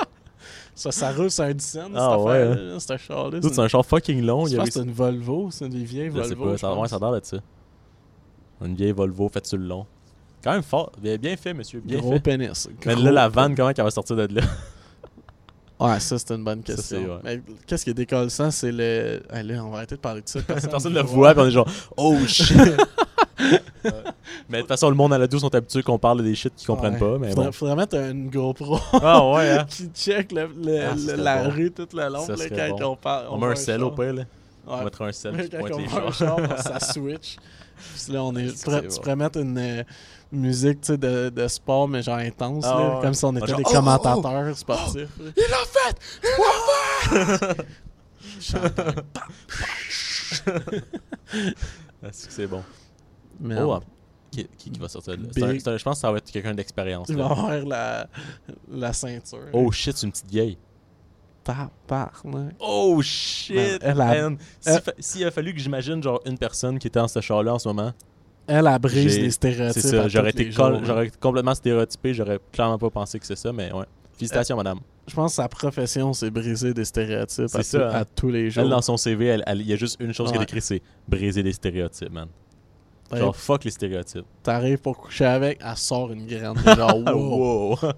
Speaker 2: ça, ça roule sur un 10 cents,
Speaker 4: Ah,
Speaker 2: cette
Speaker 4: ouais,
Speaker 2: affaire-là. là, C'est un char, là.
Speaker 4: Dude, c'est un char fucking long.
Speaker 2: Je
Speaker 4: Il a
Speaker 2: pense
Speaker 4: eu-
Speaker 2: que c'est une Volvo. C'est une vieille
Speaker 4: Je sais
Speaker 2: Volvo.
Speaker 4: pas,
Speaker 2: je
Speaker 4: ça,
Speaker 2: pense.
Speaker 4: ouais, ça a l'air d'être ça. Une vieille Volvo faite sur le long. Quand même fort. Bien, bien fait, monsieur. Bien
Speaker 2: Gros
Speaker 4: fait.
Speaker 2: pénis.
Speaker 4: Mais
Speaker 2: Gros
Speaker 4: là, la
Speaker 2: pénis.
Speaker 4: vanne, comment qu'elle va sortir de là?
Speaker 2: Ouais, ça, c'est une bonne
Speaker 4: Ça,
Speaker 2: question.
Speaker 4: c'est- ouais.
Speaker 2: Mais qu'est-ce qui est décollissant, c'est le. Hey, là, on va arrêter de parler de ça.
Speaker 4: Personne
Speaker 2: ne
Speaker 4: le voit, puis on est genre, oh shit! Ouais. mais de toute façon, le monde à la douce sont habitués qu'on parle des shit qu'ils comprennent
Speaker 2: Ouais.
Speaker 4: pas, mais
Speaker 2: faudrait,
Speaker 4: bon.
Speaker 2: faudrait mettre une GoPro
Speaker 4: Ah ouais, hein?
Speaker 2: qui check le- le-
Speaker 4: Ah, ça serait
Speaker 2: le- la
Speaker 4: bon.
Speaker 2: rue toute la longue
Speaker 4: Ça
Speaker 2: là,
Speaker 4: serait
Speaker 2: quand
Speaker 4: bon.
Speaker 2: on parle.
Speaker 4: On met un sel au
Speaker 2: père.
Speaker 4: pire, là. On mettra un sel qui
Speaker 2: Quand
Speaker 4: pointe
Speaker 2: on
Speaker 4: les
Speaker 2: voit un
Speaker 4: chars.
Speaker 2: char, ça switch. Puis là, on est, tu,
Speaker 4: C'est
Speaker 2: pourrais,
Speaker 4: bon.
Speaker 2: tu pourrais mettre une euh, musique tu sais, de, de sport, mais genre intense,
Speaker 4: Ah
Speaker 2: là,
Speaker 4: ouais.
Speaker 2: comme si on était
Speaker 4: Genre,
Speaker 2: des
Speaker 4: oh,
Speaker 2: commentateurs sportifs. là.
Speaker 4: Il l'a fait!
Speaker 2: Chanteur.
Speaker 4: Est-ce que c'est bon?
Speaker 2: Mais
Speaker 4: Oh,
Speaker 2: on-
Speaker 4: ah. qui, qui- qui va sortir de là? C'est un-
Speaker 2: Big.
Speaker 4: c'est un- Je pense que ça va être quelqu'un d'expérience.
Speaker 2: tu vas
Speaker 4: là.
Speaker 2: avoir la, la ceinture.
Speaker 4: Oh shit, c'est une petite vieille.
Speaker 2: par, par,
Speaker 4: Oh shit!
Speaker 2: Man, elle a-
Speaker 4: man. Si
Speaker 2: elle-
Speaker 4: fa- S'il a fallu que j'imagine genre une personne qui était en ce char-là en ce moment,
Speaker 2: Elle, elle brise
Speaker 4: J'ai-
Speaker 2: les
Speaker 4: c'est
Speaker 2: stéréotypes. à
Speaker 4: ça, j'aurais
Speaker 2: tous les
Speaker 4: été, col-
Speaker 2: jours, là.
Speaker 4: j'aurais été complètement stéréotypé, j'aurais clairement pas pensé que c'est ça, mais ouais. Félicitations,
Speaker 2: Euh,
Speaker 4: madame.
Speaker 2: Je pense que sa profession, c'est briser des stéréotypes à,
Speaker 4: C'est ça,
Speaker 2: tous-
Speaker 4: hein.
Speaker 2: à tous les jours.
Speaker 4: Elle, dans son CV, elle- elle- il y a juste une chose qu'elle
Speaker 2: Ouais.
Speaker 4: écrit, c'est briser les stéréotypes, man.
Speaker 2: T'arrives-
Speaker 4: Genre, fuck les stéréotypes.
Speaker 2: T'arrives pour coucher avec, elle sort une graine. T'es genre,
Speaker 4: Ah,
Speaker 2: wow.
Speaker 4: wow!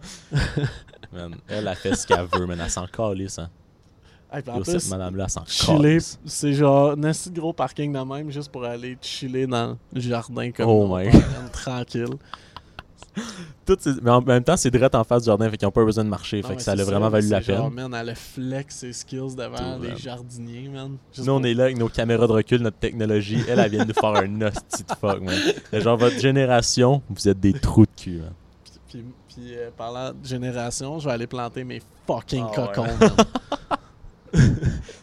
Speaker 4: man, elle a fait ce qu'elle veut, man. Elle s'en calisse, hein.
Speaker 2: Hey, puis en
Speaker 4: Yo,
Speaker 2: plus,
Speaker 4: cette madame-là, elle s'en
Speaker 2: chiller,
Speaker 4: calisse.
Speaker 2: c'est genre un assez gros parking de même juste pour aller chiller dans le jardin comme
Speaker 4: Oh
Speaker 2: on
Speaker 4: my
Speaker 2: parle, tranquille.
Speaker 4: Toutes ces- Mais en même temps, c'est direct en face du jardin, fait qu'ils n'ont pas besoin de marcher.
Speaker 2: Non,
Speaker 4: fait
Speaker 2: mais
Speaker 4: que ça a
Speaker 2: c'est
Speaker 4: vraiment valu
Speaker 2: c'est
Speaker 4: la
Speaker 2: genre,
Speaker 4: peine.
Speaker 2: man, elle a flex ses skills devant
Speaker 4: Tout,
Speaker 2: les
Speaker 4: man.
Speaker 2: jardiniers, man. Juste
Speaker 4: Nous, on
Speaker 2: pour-
Speaker 4: est là avec nos caméras de recul, notre technologie. Elle, elle vient de nous faire un hostie de fuck, man. Le Genre, votre génération, vous êtes des trous de cul, man.
Speaker 2: Puis, puis, euh, parlant de génération, je vais aller planter mes fucking
Speaker 4: Ah ouais.
Speaker 2: cocons, man.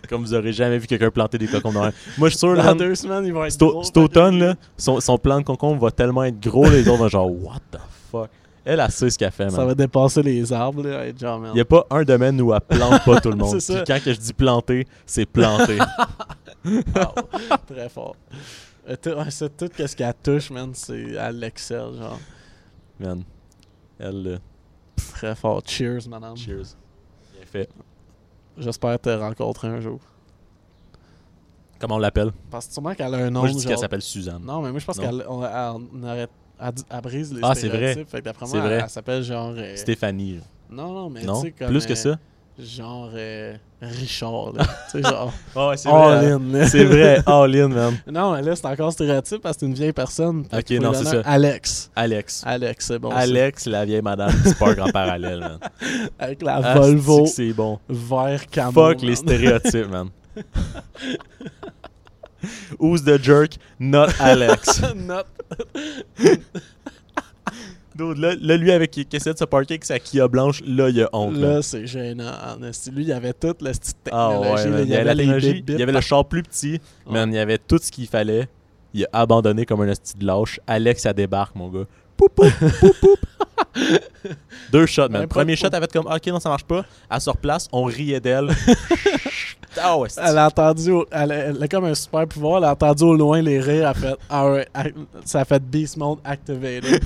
Speaker 4: Comme vous aurez jamais vu quelqu'un planter des cocons dans un. Moi, je suis sûr, là,
Speaker 2: Dans deux semaines, ils vont être
Speaker 4: cet au-
Speaker 2: gros,
Speaker 4: cet automne, là, son, son plan de concombre va tellement être gros, les autres vont genre, what the fuck. Elle, elle sait ce qu'elle fait, man.
Speaker 2: Ça va dépasser les arbres, là. Hey, genre, man.
Speaker 4: Il n'y a pas un domaine où elle plante pas tout le monde.
Speaker 2: C'est ça.
Speaker 4: Puis quand que je dis planter, c'est planter.
Speaker 2: Wow. Très fort. Euh, tout- ouais, c'est tout ce qu'elle touche, man, c'est à l'excel, genre.
Speaker 4: man. Elle, là,
Speaker 2: Très fort. Cheers, madame.
Speaker 4: cheers. Bien fait.
Speaker 2: J'espère te rencontrer un jour.
Speaker 4: Comment on l'appelle
Speaker 2: Parce que sûrement qu'elle a un nom.
Speaker 4: Moi, je dis
Speaker 2: genre-
Speaker 4: qu'elle s'appelle Suzanne.
Speaker 2: Non, mais moi, je pense
Speaker 4: Non.
Speaker 2: qu'elle on- elle- on aurait- elle dit- elle brise les
Speaker 4: Ah, c'est vrai.
Speaker 2: stéréotypes. Fait que d'après
Speaker 4: C'est
Speaker 2: moi,
Speaker 4: vrai.
Speaker 2: elle, elle s'appelle genre. euh,
Speaker 4: Stéphanie. genre.
Speaker 2: Non, non, mais tu
Speaker 4: Non
Speaker 2: sais, comme.
Speaker 4: Plus
Speaker 2: euh,
Speaker 4: que ça
Speaker 2: Genre euh, Richard, là. tu sais, genre.
Speaker 4: Ouais, c'est
Speaker 2: All in, là.
Speaker 4: C'est vrai, all in, man.
Speaker 2: Non, mais là, c'est encore stéréotype parce que c'est une vieille personne. Fait
Speaker 4: Ok,
Speaker 2: qu'il faut
Speaker 4: non,
Speaker 2: lui
Speaker 4: c'est
Speaker 2: donner un
Speaker 4: ça.
Speaker 2: Alex.
Speaker 4: Alex.
Speaker 2: Alex, Ah, c'est bon. ça.
Speaker 4: Alex, la vieille madame du parc en parallèle, man.
Speaker 2: Avec la
Speaker 4: Ah, c'est
Speaker 2: Volvo
Speaker 4: que C'est bon.
Speaker 2: vert camo.
Speaker 4: Fuck les
Speaker 2: man.
Speaker 4: stéréotypes, man. Who's the jerk? Not Alex.
Speaker 2: Not-
Speaker 4: Dude, là, là, lui, avec, qui qui essaie de se parker avec sa Kia blanche, là, il a honte. man.
Speaker 2: Là, c'est gênant. en esti. Lui, il y avait toute la petite
Speaker 4: Ah
Speaker 2: technologie.
Speaker 4: ouais,
Speaker 2: là.
Speaker 4: man.
Speaker 2: il y avait
Speaker 4: la
Speaker 2: les
Speaker 4: technologie,
Speaker 2: bip-bip
Speaker 4: il y avait le char plus petit,
Speaker 2: Ouais.
Speaker 4: man, il y avait tout ce qu'il fallait. Il a abandonné comme un hostie de lâche. Alex, ça débarque, mon gars. Poup, poup, poup, poup. Deux shots, man.
Speaker 2: Ben, pas
Speaker 4: Premier
Speaker 2: de
Speaker 4: shot,
Speaker 2: poup.
Speaker 4: elle fait comme, ok, non, ça marche pas. Elle se replace, on riait d'elle. ah ouais, c'est-
Speaker 2: Elle a entendu, au- elle, a- elle a comme un super pouvoir, elle a entendu au loin les rires, elle a fait, ah ouais, ac- ça a fait Beast Mode Activated.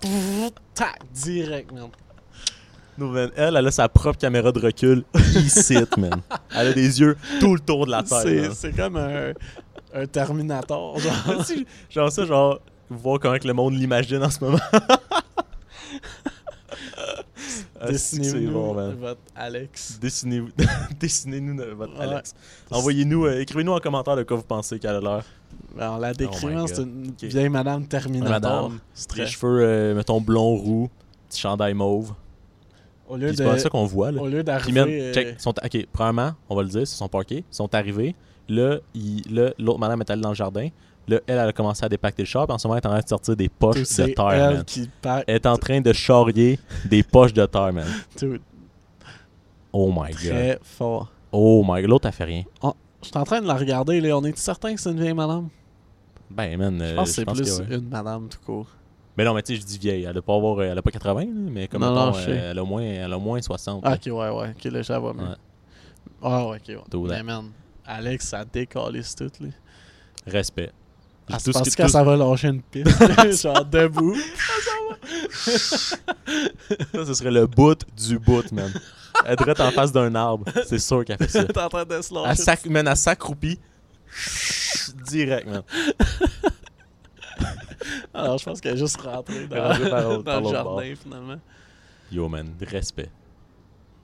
Speaker 2: Pfff, Tac, direct, man.
Speaker 4: Non, man, elle, elle a sa propre caméra de recul ici, man. Elle a des yeux tout le tour de la tête.
Speaker 2: C'est
Speaker 4: Ah, man. Ah,
Speaker 2: c'est comme un, un Terminator, genre.
Speaker 4: Si, genre ça, genre, voir comment que le monde l'imagine en ce moment. Ah, c'est que c'est
Speaker 2: Dessinez-nous
Speaker 4: bon, man.
Speaker 2: votre Alex.
Speaker 4: Dessinez-vous- Dessinez-nous de- votre
Speaker 2: Ouais.
Speaker 4: Alex. Envoyez-nous, euh, écrivez-nous en commentaire de quoi vous pensez qu'elle a l'air.
Speaker 2: Ben, en la décrivant,
Speaker 4: Oh God.
Speaker 2: c'est une
Speaker 4: Ok.
Speaker 2: vieille madame Terminator.
Speaker 4: Madame,
Speaker 2: C'est
Speaker 4: Des
Speaker 2: très-
Speaker 4: cheveux, euh, mettons, blond, roux, petit chandail mauve.
Speaker 2: Au lieu
Speaker 4: Puis c'est pas mal ça
Speaker 2: de-
Speaker 4: qu'on voit, là.
Speaker 2: au lieu
Speaker 4: Puis, man,
Speaker 2: d'arriver... euh,
Speaker 4: check, ils sont, ok, premièrement, on va le dire, ils se sont parqués, ils sont arrivés. Là, il- là, l'autre madame est allée dans le jardin. Là, elle, elle a commencé à dépacter le char. Puis en ce moment, elle est en train de sortir des
Speaker 2: euh,
Speaker 4: poches
Speaker 2: tout,
Speaker 4: de
Speaker 2: c'est
Speaker 4: terre,
Speaker 2: elle
Speaker 4: man.
Speaker 2: qui parle.
Speaker 4: Elle est en train de charrier des poches de terre, man.
Speaker 2: Tout,
Speaker 4: Oh my god.
Speaker 2: très fort.
Speaker 4: Oh my god. L'autre, elle fait rien.
Speaker 2: Je suis en train de la regarder, là. On est certain que c'est une vieille madame?
Speaker 4: Ben, man. euh,
Speaker 2: Je pense que c'est plus
Speaker 4: ouais.
Speaker 2: une madame, tout court.
Speaker 4: Mais non, mais tu sais, je dis vieille. Elle a pas avoir, elle a pas 80, là, mais comme
Speaker 2: Non, non,
Speaker 4: mettons,
Speaker 2: je
Speaker 4: euh,
Speaker 2: sais.
Speaker 4: elle a au moins, elle a au moins 60.
Speaker 2: Ah,
Speaker 4: là.
Speaker 2: ok, ouais, ouais. Ok, là, je la vois mieux.
Speaker 4: Ouais.
Speaker 2: Ah, ouais, ok, ouais.
Speaker 4: Tout là.
Speaker 2: Mais man, Alex, ça décalisse tout, là.
Speaker 4: Respect.
Speaker 2: Elle
Speaker 4: Tout
Speaker 2: se
Speaker 4: ce
Speaker 2: pense
Speaker 4: qui-
Speaker 2: quand
Speaker 4: tout-
Speaker 2: ça va lâcher une piste, là, genre debout.
Speaker 4: ça, ce serait le bout du bout, man. Elle devrait en face d'un arbre. C'est sûr qu'elle fait ça.
Speaker 2: T'es en train de se
Speaker 4: Elle
Speaker 2: lâcher.
Speaker 4: s'ac- man, elle s'accroupit. Direct, man.
Speaker 2: Alors, Ah, je pense qu'elle est juste rentrée dans,
Speaker 4: Rentrée par l'autre-
Speaker 2: dans
Speaker 4: par
Speaker 2: le
Speaker 4: l'autre
Speaker 2: jardin,
Speaker 4: bord.
Speaker 2: finalement.
Speaker 4: Yo, man, respect.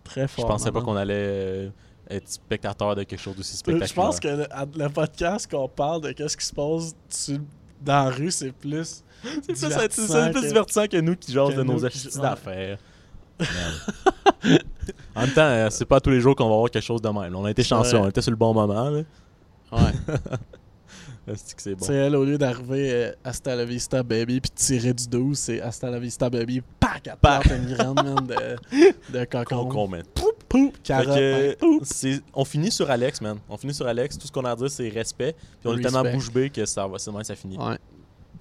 Speaker 2: Très
Speaker 4: Je
Speaker 2: fort.
Speaker 4: pensais pas
Speaker 2: maman. Euh,
Speaker 4: qu'on allait euh, être spectateur de quelque chose d'aussi
Speaker 2: Je
Speaker 4: spectaculaire.
Speaker 2: pense que le, à- le podcast qu'on parle de qu'est-ce qui se passe sur- dans la rue, c'est plus.
Speaker 4: C'est plus, c'est- c'est-
Speaker 2: divertissant
Speaker 4: c'est plus
Speaker 2: que-
Speaker 4: divertissant que nous qui jasons
Speaker 2: que
Speaker 4: de
Speaker 2: nous
Speaker 4: nos
Speaker 2: qui-
Speaker 4: astuces
Speaker 2: ouais.
Speaker 4: d'affaires. Man. en même temps, euh, c'est pas tous les jours qu'on va avoir quelque chose de même. là. On a été chanceux,
Speaker 2: Ouais.
Speaker 4: on était sur le bon moment. là.
Speaker 2: Ouais.
Speaker 4: Asti que C'est
Speaker 2: Tu
Speaker 4: bon.
Speaker 2: sais, elle, au lieu d'arriver euh, Hasta la vista, baby, puis de tirer du 12, c'est Hasta la vista, baby, pac, à plante une grande man de, de cocon.
Speaker 4: Con, con, man.
Speaker 2: Poup,
Speaker 4: Fait
Speaker 2: carotte,
Speaker 4: que, euh,
Speaker 2: man, poup.
Speaker 4: c'est- on finit sur Alex, man. On finit sur Alex. Tout ce qu'on a à dire, c'est respect. Puis on est tellement
Speaker 2: Respect.
Speaker 4: bouche bée que ça va, c'est demain que ça finit.
Speaker 2: Ouais,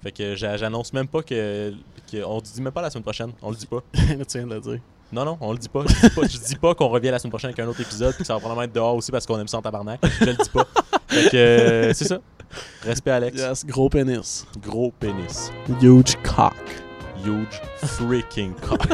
Speaker 4: Fait que j'a- j'annonce même pas que, que- On dit même pas la semaine prochaine. On le dit pas.
Speaker 2: là, tu viens de le dire.
Speaker 4: Non, non, on le dit pas. Je dis pas, je dis pas qu'on revient la semaine prochaine avec un autre épisode puis que ça va probablement être dehors aussi parce qu'on aime ça en tabarnak. Je le dis pas. Fait que euh, c'est ça. Respect Alex.
Speaker 2: Yes, gros pénis.
Speaker 4: Gros pénis.
Speaker 2: Huge cock.
Speaker 4: Huge freaking cock.